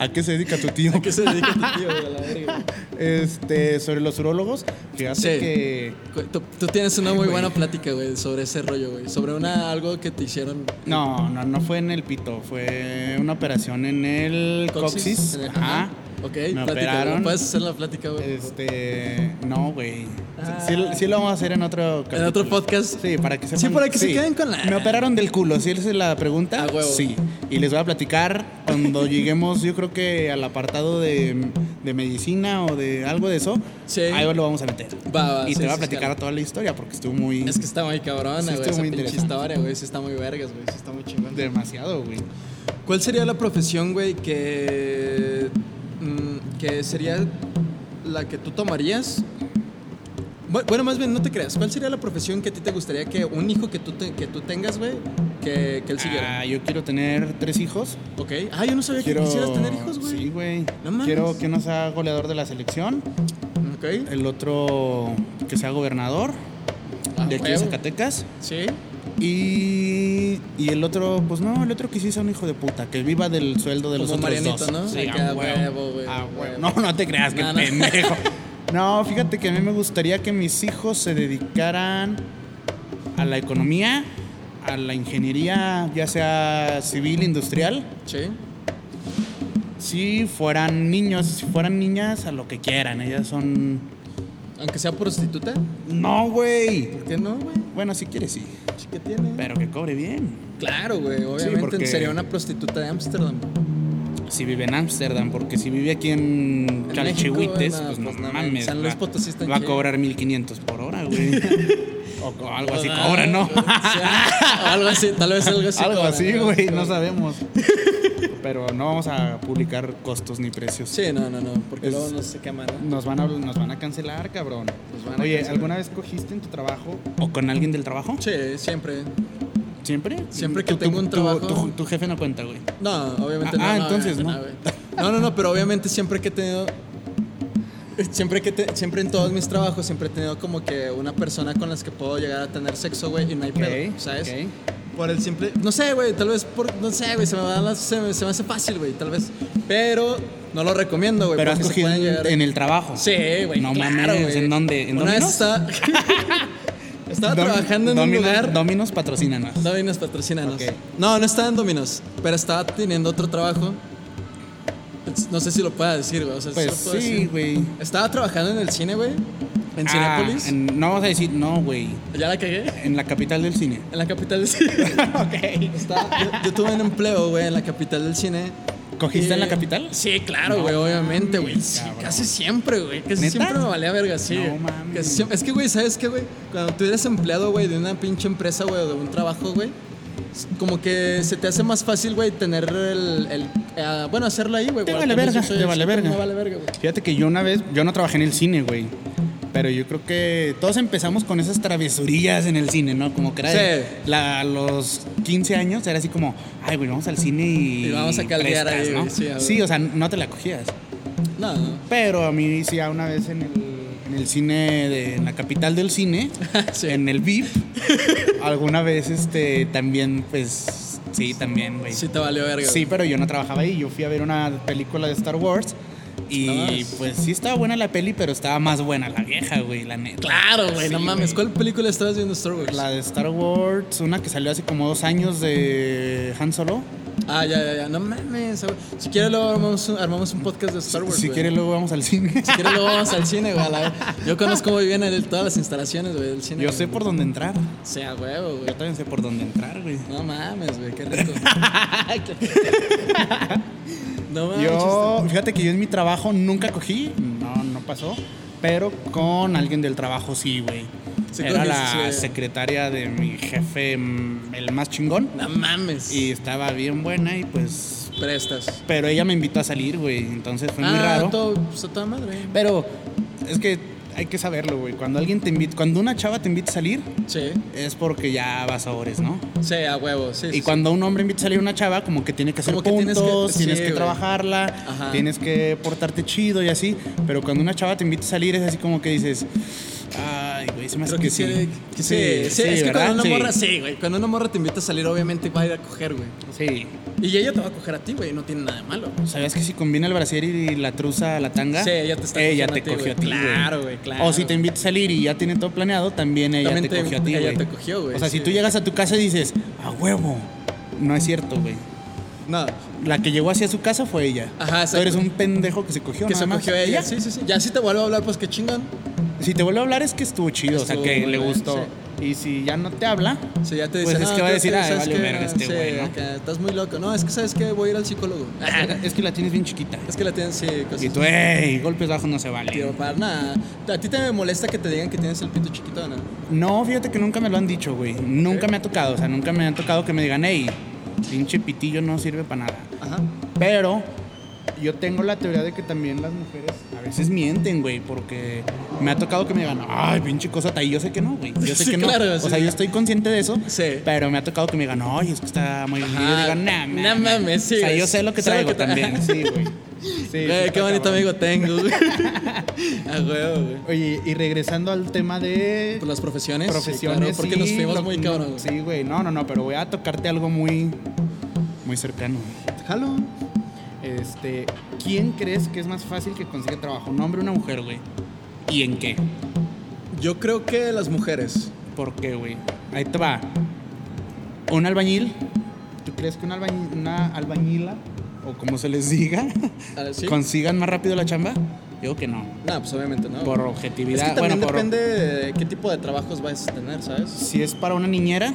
A: ¿A qué se dedica tu tío?
B: ¿A qué se dedica tu tío, güey? A la verga,
A: Este, sobre los urólogos, fíjate
B: Sí.
A: que.
B: güey. Tú, tú tienes una muy buena plática, güey, sobre ese rollo, güey. Sobre una, algo que te hicieron.
A: No, no, no fue en el pito, fue una operación en el coxis.
B: en el-
A: Ajá.
B: Ok,
A: Me
B: plática, güey.
A: operaron.
B: Puedes hacer la plática, güey.
A: Este, no, güey.
B: Ah.
A: Sí, sí lo vamos a hacer en otro capítulo.
B: otro podcast?
A: Sí, para que
B: Sí,
A: sepan.
B: para que se queden con la-
A: Me operaron del culo, si esa es la pregunta.
B: A huevo.
A: Sí. Y les voy a platicar cuando lleguemos, yo creo que al apartado de, de medicina o de algo de eso.
B: Sí.
A: Ahí lo vamos a meter.
B: Va, va,
A: y
B: sí,
A: te voy
B: sí,
A: a platicar
B: claro.
A: toda la historia porque estuvo muy
B: Es que está muy cabrona,
A: Sí,
B: güey.
A: estuvo
B: esa
A: muy
B: pinche
A: interesante.
B: historia, güey. Sí, está muy vergas, güey. Sí, está muy chingón.
A: demasiado, güey.
B: ¿Cuál sería la profesión, güey, que, mm, que sería la que tú tomarías? Bu- Bueno, más bien, no te creas. ¿Cuál sería la profesión que a ti te gustaría que un hijo que tú, te- que tú tengas, güey, que, que él siguiera?
A: Ah, yo quiero tener tres hijos.
B: ¿Ok? Ah, yo no sabía
A: Quiero
B: que quisieras tener hijos, güey.
A: Sí, güey.
B: No mames.
A: Quiero que uno sea goleador de la selección,
B: ¿Ok?
A: el otro que sea gobernador
B: Ah,
A: de aquí de
B: huevo.
A: Zacatecas
B: Sí.
A: y, y el otro, pues no, el otro que sí sea un hijo de puta, que viva del sueldo de los
B: Como
A: otros
B: Marianito,
A: dos.
B: ¿no?
A: Sí,
B: De que
A: a
B: a huevo, güey,
A: a
B: a
A: huevo.
B: huevo.
A: No, no te creas, que
B: No, no.
A: pendejo. No, fíjate que a mí me gustaría que mis hijos se dedicaran a la economía, a la ingeniería, ya sea civil, industrial.
B: Sí.
A: Si fueran niños, si fueran niñas, a lo que quieran. Ellas son.
B: Aunque sea prostituta.
A: No, güey.
B: ¿Por qué no, güey?
A: Bueno, si quieres, sí.
B: Sí que tiene.
A: Pero que cobre bien.
B: Claro, güey. Obviamente
A: porque-
B: sería una prostituta de Ámsterdam.
A: Si vive en Ámsterdam, porque si vive aquí en
B: En
A: Chalchihuites,
B: México, no,
A: pues no
B: pues no,
A: mames.
B: San Luis
A: va-
B: Potosí está
A: Va a
B: chido.
A: cobrar 1500 por hora, güey. o, o algo así
B: Ah,
A: cobra, ¿no?
B: sí, o algo así, tal vez algo así.
A: algo
B: cobra,
A: así,
B: algo
A: güey.
B: cobra.
A: No sabemos. Pero no vamos a publicar costos ni precios.
B: Sí, no, no, no, porque
A: Es-
B: luego no se quema, ¿no?
A: Nos van, a, nos van a cancelar, cabrón.
B: Nos van a
A: Oye,
B: cancelar.
A: ¿alguna vez cogiste en tu trabajo o con alguien del trabajo?
B: Sí, siempre.
A: ¿Siempre?
B: Siempre que
A: Tú- tú-
B: tengo
A: tú-
B: un trabajo-
A: Tu, tu jefe no cuenta, güey.
B: No, obviamente
A: Ah,
B: no.
A: ah,
B: no,
A: entonces,
B: obviamente güey. no, no, no, pero obviamente siempre que he tenido. Siempre que te- siempre en todos mis trabajos siempre he tenido como que una persona con las que puedo llegar a tener sexo, güey, y no hay pedo, ¿sabes? Por el simple, no sé, güey, tal vez por no sé, güey, se me va la- se, me- se me hace fácil, güey, tal vez, pero no lo recomiendo, güey,
A: Pero has
B: Pues porque se
A: cogido
B: pueden
A: en,
B: llegar-
A: en el trabajo.
B: Sí, güey.
A: No
B: claro,
A: mames,
B: güey.
A: ¿en dónde? ¿En
B: Una vez
A: Domino's?
B: estaba, estaba
A: Dom-
B: trabajando en
A: Domino's-
B: un lugar.
A: Dominos patrocínanos.
B: Dominos, patrocínanos.
A: Ok.
B: No, no estaba en Dominos, pero estaba teniendo otro trabajo. Pues, No sé si lo pueda decir, güey. O sea,
A: Pues
B: lo puedo
A: sí,
B: decir.
A: güey.
B: Estaba trabajando en el cine, güey. En
A: Ah,
B: Cinépolis.
A: en- no vamos a decir, no, güey.
B: Ya la cagué.
A: En la capital del cine.
B: En la capital del cine.
A: ok.
B: Estaba- yo, yo tuve un empleo, güey, en la capital del cine.
A: ¿Cogiste
B: Y-
A: en la capital?
B: Sí, claro,
A: No
B: güey, obviamente, güey.
A: mames,
B: Sí,
A: cabrón.
B: casi siempre, güey. Casi
A: ¿Neta?
B: siempre me valía verga, sí.
A: No
B: güey.
A: mames.
B: Casi siempre- Es que, güey, ¿sabes qué, güey? Cuando tú eres empleado, güey, de una pinche empresa, güey, o de un trabajo, güey, s- como que se te hace más fácil, güey, tener el. el, eh, bueno, hacerlo ahí, güey.
A: Te
B: güey,
A: vale
B: al menos
A: verga,
B: yo soy-
A: te vale
B: sí,
A: verga.
B: Me vale verga, güey.
A: Fíjate que yo una vez, yo no trabajé en el cine, güey. Pero yo creo que todos empezamos con esas travesurillas en el cine, ¿no? Como que era de-
B: Sí.
A: la- a los 15 años era así como, ay, güey, vamos al cine y.
B: Y vamos a caldear ahí,
A: ¿no?
B: güey, sí, a
A: Sí,
B: huevo.
A: o sea, no te la cogías.
B: No, no.
A: Pero a mí sí, a una vez en el, en el cine, de, en la capital del cine,
B: Sí.
A: en el VIP, alguna vez este, también, pues, sí, también, güey.
B: Sí te valió verga.
A: Sí,
B: güey.
A: pero yo no trabajaba ahí. Yo fui a ver una película de Star Wars. Y
B: Nada más.
A: pues sí estaba buena la peli, pero estaba más buena la vieja, güey, la neta.
B: Claro, güey, no
A: Sí,
B: mames. ¿Cuál película estabas viendo Star Wars?
A: La de Star Wars, una que salió hace como dos años de Han Solo.
B: Ah, ya, ya, ya. No mames. güey. Si quieres luego armamos un, armamos un podcast de Star Wars,
A: si
B: güey.
A: quieres luego vamos al cine.
B: Si quieres luego vamos al cine, güey. a la- Yo conozco muy bien el- todas las instalaciones, güey, del cine.
A: Yo
B: güey.
A: sé por dónde entrar.
B: Sea huevo,
A: Yo
B: güey.
A: también sé por dónde entrar, güey.
B: No mames, güey, qué rico. no mames.
A: Yo, fíjate que yo en mi trabajo nunca cogí, no, no pasó, pero con alguien del trabajo sí, güey.
B: Sí
A: Era
B: cogiste,
A: la
B: sí.
A: secretaria de mi jefe, mm, el más chingón,
B: No mames.
A: y estaba bien buena y pues...
B: prestas.
A: Pero ella me invitó a salir, güey, entonces fue muy
B: ah,
A: raro.
B: Todo, pues, a toda madre.
A: Pero es que hay que saberlo, güey. Cuando alguien te invita, cuando una chava te invita a salir,
B: Sí.
A: es porque ya vas a horas, ¿no?
B: Sí, a huevo, sí. sí,
A: Y cuando un hombre invita a salir a una chava, como que tiene que hacer
B: Como que tienes
A: puntos,
B: que-
A: tienes que,
B: sí, güey.
A: trabajarla,
B: Ajá.
A: tienes que portarte chido y así. Pero cuando una chava te invita a salir, es así como que dices, ay, güey, se me hace
B: Creo
A: que,
B: que
A: sí.
B: sí. que sí, sí, es que
A: ¿verdad?
B: cuando una
A: Sí.
B: morra, sí, güey. Cuando una morra te invita a salir, obviamente va a ir a coger, güey.
A: Sí.
B: Y ella te va a coger a ti, güey. No tiene nada de malo.
A: ¿Sabías que si combina el brasier y la truza a la tanga?
B: Sí, ella te está
A: Ella
B: cogiendo
A: te
B: a ti,
A: cogió a ti,
B: güey.
A: güey.
B: Claro, güey, claro.
A: O si te invita a salir y ya tiene todo planeado, también ella
B: También
A: te,
B: te-
A: cogió a ti,
B: ella te cogió, güey,
A: O sea, si
B: sí.
A: tú llegas a tu casa y dices, a huevo, no es cierto, güey.
B: No.
A: La que llegó hacia su casa fue ella.
B: Ajá,
A: Tú eres
B: exacto.
A: un pendejo que se cogió
B: Que
A: nada
B: se
A: más.
B: cogió
A: Y
B: ella.
A: ya.
B: Sí, sí, sí. Ya si te vuelvo a hablar, pues qué chingón.
A: Si te vuelve a hablar es que estuvo chido, o sea,
B: Estuvo
A: que
B: muy
A: le
B: bien,
A: gustó. Y si ya no te habla,
B: Sí, ya te
A: Pues
B: dice,
A: es
B: "No,
A: que va a
B: creo
A: decir, "Ah,
B: ¿sabes
A: vale
B: qué?
A: verga este
B: Sí,
A: güey", ¿no?
B: acá, Estás muy loco. No, es que sabes que voy a ir al psicólogo.
A: es que la tienes bien chiquita.
B: Es que la tienen, sí, cosas.
A: Y tú, ey, golpes bajos no se
B: Tiro
A: vale.
B: para nada. ¿A ti te molesta que te digan que tienes el pito chiquito, Ana?
A: No, fíjate que nunca me lo han dicho, güey. Nunca
B: Ok.
A: me ha tocado, o sea, nunca me ha tocado que me digan, ey, pinche pitillo no sirve para nada.
B: Ajá.
A: Pero yo tengo la teoría de que también las mujeres a veces mienten, güey, porque me ha tocado que me digan, ay, pinche cosa, y yo sé que no, güey. Yo sé
B: Sí,
A: que no.
B: claro,
A: o
B: sí.
A: sea, yo estoy consciente de eso,
B: Sí.
A: pero me ha tocado que me digan, ay, es que está muy bien. Y yo
B: Ajá.
A: digo, nah,
B: Nah,
A: mames".
B: mames, sí,
A: O sea,
B: güey.
A: yo sé lo que
B: Sé lo
A: traigo
B: que tra-
A: también, sí, güey. Sí, sí
B: Güey, qué
A: está
B: bonito
A: cabrón.
B: amigo tengo, güey. A huevo, güey.
A: Oye, y regresando al tema de
B: Por las profesiones. sí,
A: profesiones.
B: claro, porque nos
A: sí,
B: fuimos
A: lo- mm,
B: muy cabrón, güey.
A: Sí, güey. No, no, no, pero voy a tocarte algo muy, muy cercano.
B: Jalo.
A: Este, ¿quién crees que es más fácil que consiga trabajo? ¿Un hombre o una mujer, güey? ¿Y en qué?
B: Yo creo que las mujeres.
A: ¿Por qué, güey? Ahí te va. ¿Un albañil? ¿Tú crees que una, albañi- una albañila, o como se les diga,
B: A ver, ¿ah, ¿sí?
A: consigan más rápido la chamba? Digo que no.
B: No, pues obviamente no.
A: Por
B: Es
A: objetividad.
B: que también
A: bueno, por-
B: depende de qué tipo de trabajos vayas a tener, ¿sabes?
A: si es para una niñera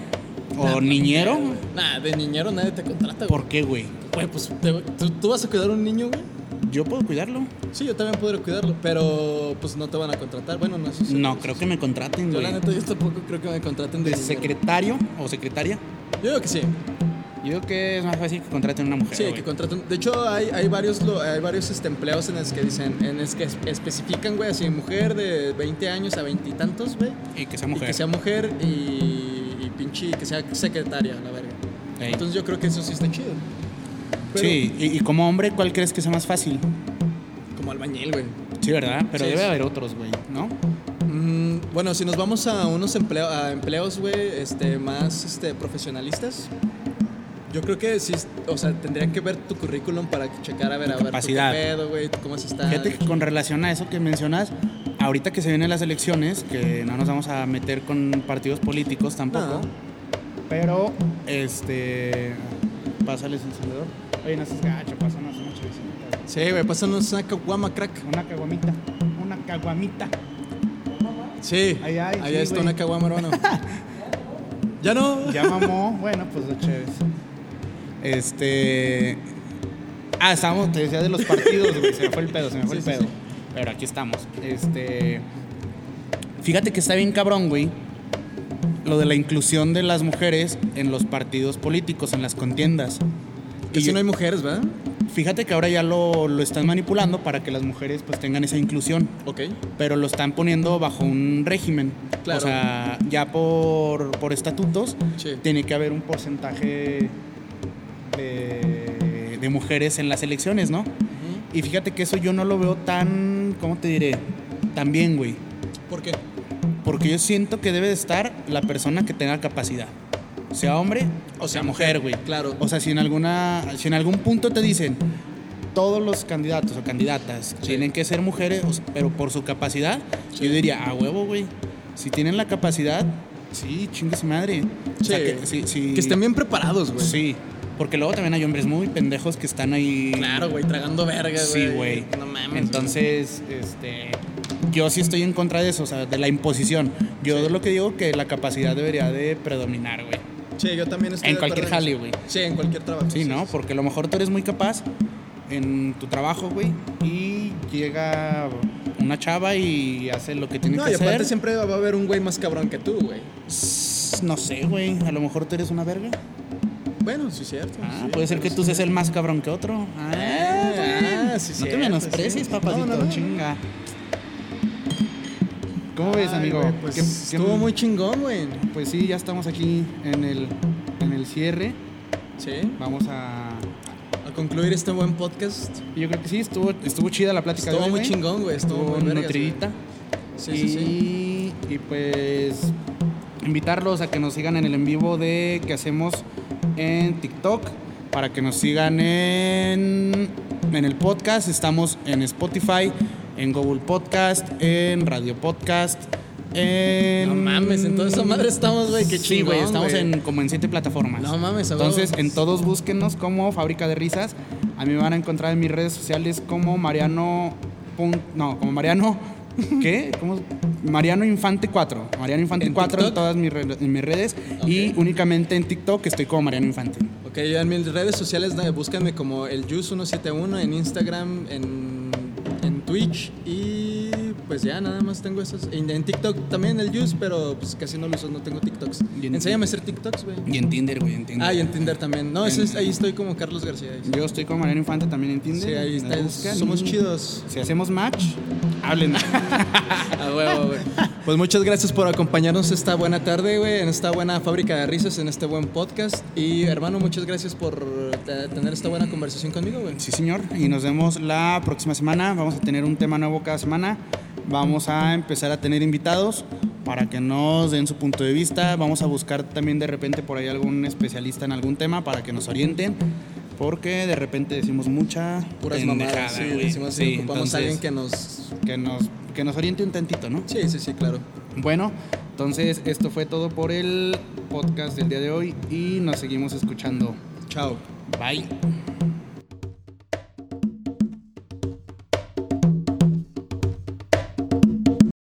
A: o
B: Nah,
A: niñero,
B: Nah, de niñero nadie te contrata, güey.
A: ¿por qué, güey?
B: Güey, pues te- ¿tú, tú vas a cuidar a un niño, güey.
A: Yo puedo cuidarlo.
B: Sí, yo también podré cuidarlo, pero pues no te van a contratar. Bueno, no sé. si-
A: No, creo que me contraten,
B: Yo
A: güey.
B: la neta, yo tampoco creo que me contraten de
A: ¿De
B: niñero.
A: secretario o secretaria?
B: Yo digo que sí.
A: Yo digo que es más fácil que contraten a una mujer.
B: Sí,
A: güey.
B: que contratan. De hecho, hay, hay varios, lo- hay varios este, empleos en los que dicen, en los que es- especifican, güey, así, mujer de 20 años a 20 y tantos, güey.
A: Y que sea
B: Y
A: mujer.
B: que sea mujer y, y pinche, que sea secretaria, la verga.
A: Ey.
B: Entonces yo creo que eso sí está chido. Pero-
A: sí, y, y como hombre, ¿cuál crees que sea más fácil?
B: Como albañil, güey.
A: Sí, ¿verdad? Pero
B: Sí,
A: debe
B: sí.
A: haber otros, güey, ¿no?
B: Mm, bueno, si nos vamos a unos empleo- a empleos, güey, este, más este, profesionalistas, yo creo que sí, o sea, tendrían que ver tu currículum para checar, a ver, a ver, tú
A: capacidad.
B: qué pedo, güey, tú cómo se está.
A: Fíjate que con relación a eso que mencionas, ahorita que se vienen las elecciones, que no nos vamos a meter con partidos políticos tampoco,
B: No.
A: pero, este. Pásales encendedor. Oye, no seas gacho, pásanos una chavecita. güey.
B: Sí, güey, pásanos una caguama crack.
A: Una caguamita. Una caguamita.
B: Sí,
A: Ay, ay,
B: allá
A: sí,
B: está
A: güey.
B: una caguama, hermano. ya no.
A: Ya mamó. bueno, pues lo chéves. Este. Ah, estábamos, te decía de los partidos, güey. Se me fue el pedo, se me fue
B: Sí,
A: el
B: sí,
A: pedo.
B: sí.
A: Pero aquí estamos. Este. Fíjate que está bien cabrón, güey. Lo de la inclusión de las mujeres en los partidos políticos, en las contiendas.
B: Que
A: Y
B: si
A: yo-
B: no hay mujeres, ¿verdad?
A: Fíjate que ahora ya lo, lo están manipulando para que las mujeres pues tengan esa inclusión,
B: Ok.
A: pero lo están poniendo bajo un régimen.
B: Claro.
A: O sea, ya por, por estatutos
B: Sí.
A: tiene que haber un porcentaje de, de mujeres en las elecciones, ¿no?
B: Ujú.
A: Y fíjate que eso yo no lo veo tan, ¿cómo te diré? Tan bien, güey.
B: ¿Por qué?
A: Porque yo siento que debe de estar la persona que tenga capacidad. Sea hombre o sea mujer, güey.
B: Claro.
A: O sea, si en, alguna, si en algún punto te dicen todos los candidatos o candidatas
B: Sí.
A: tienen que ser mujeres, o s- pero por su capacidad,
B: Sí.
A: yo diría, a huevo, güey. Si tienen la capacidad, sí, chingue su madre. O sea,
B: Sí.
A: que, sí, sí.
B: Que estén bien preparados, güey.
A: Sí, porque luego también hay hombres muy pendejos que están ahí.
B: Claro, güey, tragando verga,
A: Sí,
B: güey.
A: güey.
B: No mames. güey.
A: Entonces, este, yo sí estoy en contra de eso, o sea, de la imposición. Yo
B: Sí.
A: lo que digo que la capacidad debería de predominar, güey.
B: Sí, yo también estoy
A: En
B: de acuerdo
A: cualquier
B: eso.
A: jale, güey.
B: Sí, en cualquier trabajo.
A: Sí, ¿no? Porque a lo mejor tú eres muy capaz en tu trabajo, güey, y llega una chava y hace lo que tiene
B: No,
A: que
B: y aparte
A: hacer.
B: siempre va a haber un güey más cabrón que tú, güey.
A: S- No sé, güey, a lo mejor tú eres una verga.
B: Bueno, sí, cierto.
A: Ah,
B: sí,
A: puede ser que
B: sí.
A: tú seas el más cabrón que otro. Ah,
B: Ah,
A: güey.
B: ah,
A: No te
B: sí, cierto,
A: menosprecies,
B: sí.
A: papacito,
B: No, no, no.
A: chinga. ¿Cómo ves,
B: Ay,
A: amigo?
B: güey, pues,
A: ¿Qué- qué-
B: estuvo muy chingón, güey.
A: Pues sí, ya estamos aquí en el, en el cierre.
B: Sí.
A: Vamos a.
B: Al concluir este buen podcast,
A: Yo creo que sí, estuvo, estuvo chida la plática. de
B: estuvo
A: hoy,
B: muy
A: güey.
B: chingón, güey. Estuvo,
A: Estuvo
B: muy vergas,
A: nutridita.
B: güey. Sí, sí, sí.
A: Y, y pues invitarlos a que nos sigan en el en vivo de que hacemos en TikTok. Para que nos sigan en, en el podcast. Estamos en Spotify, en Google Podcast, en Radio Podcast. En...
B: No mames, en toda esa madre estamos, güey, qué
A: Sí, güey,
B: chingón,
A: estamos
B: güey.
A: en como en siete plataformas.
B: No mames, a huevo.
A: Entonces, en todos búsquenos como Fábrica de Risas. A mí me van a encontrar en mis redes sociales como Mariano. pun- No, como Mariano. ¿Qué? ¿Cómo? Mariano Infante 4. Mariano Infante
B: ¿En
A: 4
B: TikTok?
A: en todas mis, re- en mis redes. Y
B: Ok.
A: únicamente en TikTok estoy como Mariano Infante.
B: Ok, yo en mis redes sociales na- búscanme como el Yus171 en Instagram, en, en Twitch y pues ya nada más tengo esos. En, en TikTok también el Yus, pero pues casi no lo uso, no tengo TikToks.
A: Y en-
B: Enséñame a hacer TikToks, güey.
A: Y en Tinder, güey, en Tinder.
B: Ah, y en Tinder también. No, ese es-
A: En-
B: ahí estoy como Carlos García. ahí está.
A: Yo estoy como Mariano Infante también en Tinder.
B: Sí, ahí
A: Me
B: está.
A: buscan
B: Somos
A: y
B: chidos.
A: Si hacemos match, háblenme.
B: A huevo, güey. Pues muchas gracias por acompañarnos esta buena tarde, güey, en esta buena fábrica de risas, en este buen podcast. Y hermano, muchas gracias por eh, tener esta buena conversación conmigo, güey.
A: Sí, señor. Y nos vemos la próxima semana. Vamos a tener un tema nuevo cada semana. Vamos a empezar a tener invitados para que nos den su punto de vista. Vamos a buscar también de repente por ahí algún especialista en algún tema para que nos orienten. Porque de repente decimos mucha
B: Puras
A: pendejada,
B: mamadas, sí,
A: güey.
B: decimos
A: Sí,
B: sí, ocupamos a
A: entonces,
B: alguien que nos...
A: que nos que nos oriente un tantito, ¿no?
B: Sí, sí, sí, claro.
A: Bueno, entonces esto fue todo por el podcast del día de hoy y nos seguimos escuchando.
B: Chao.
A: Bye.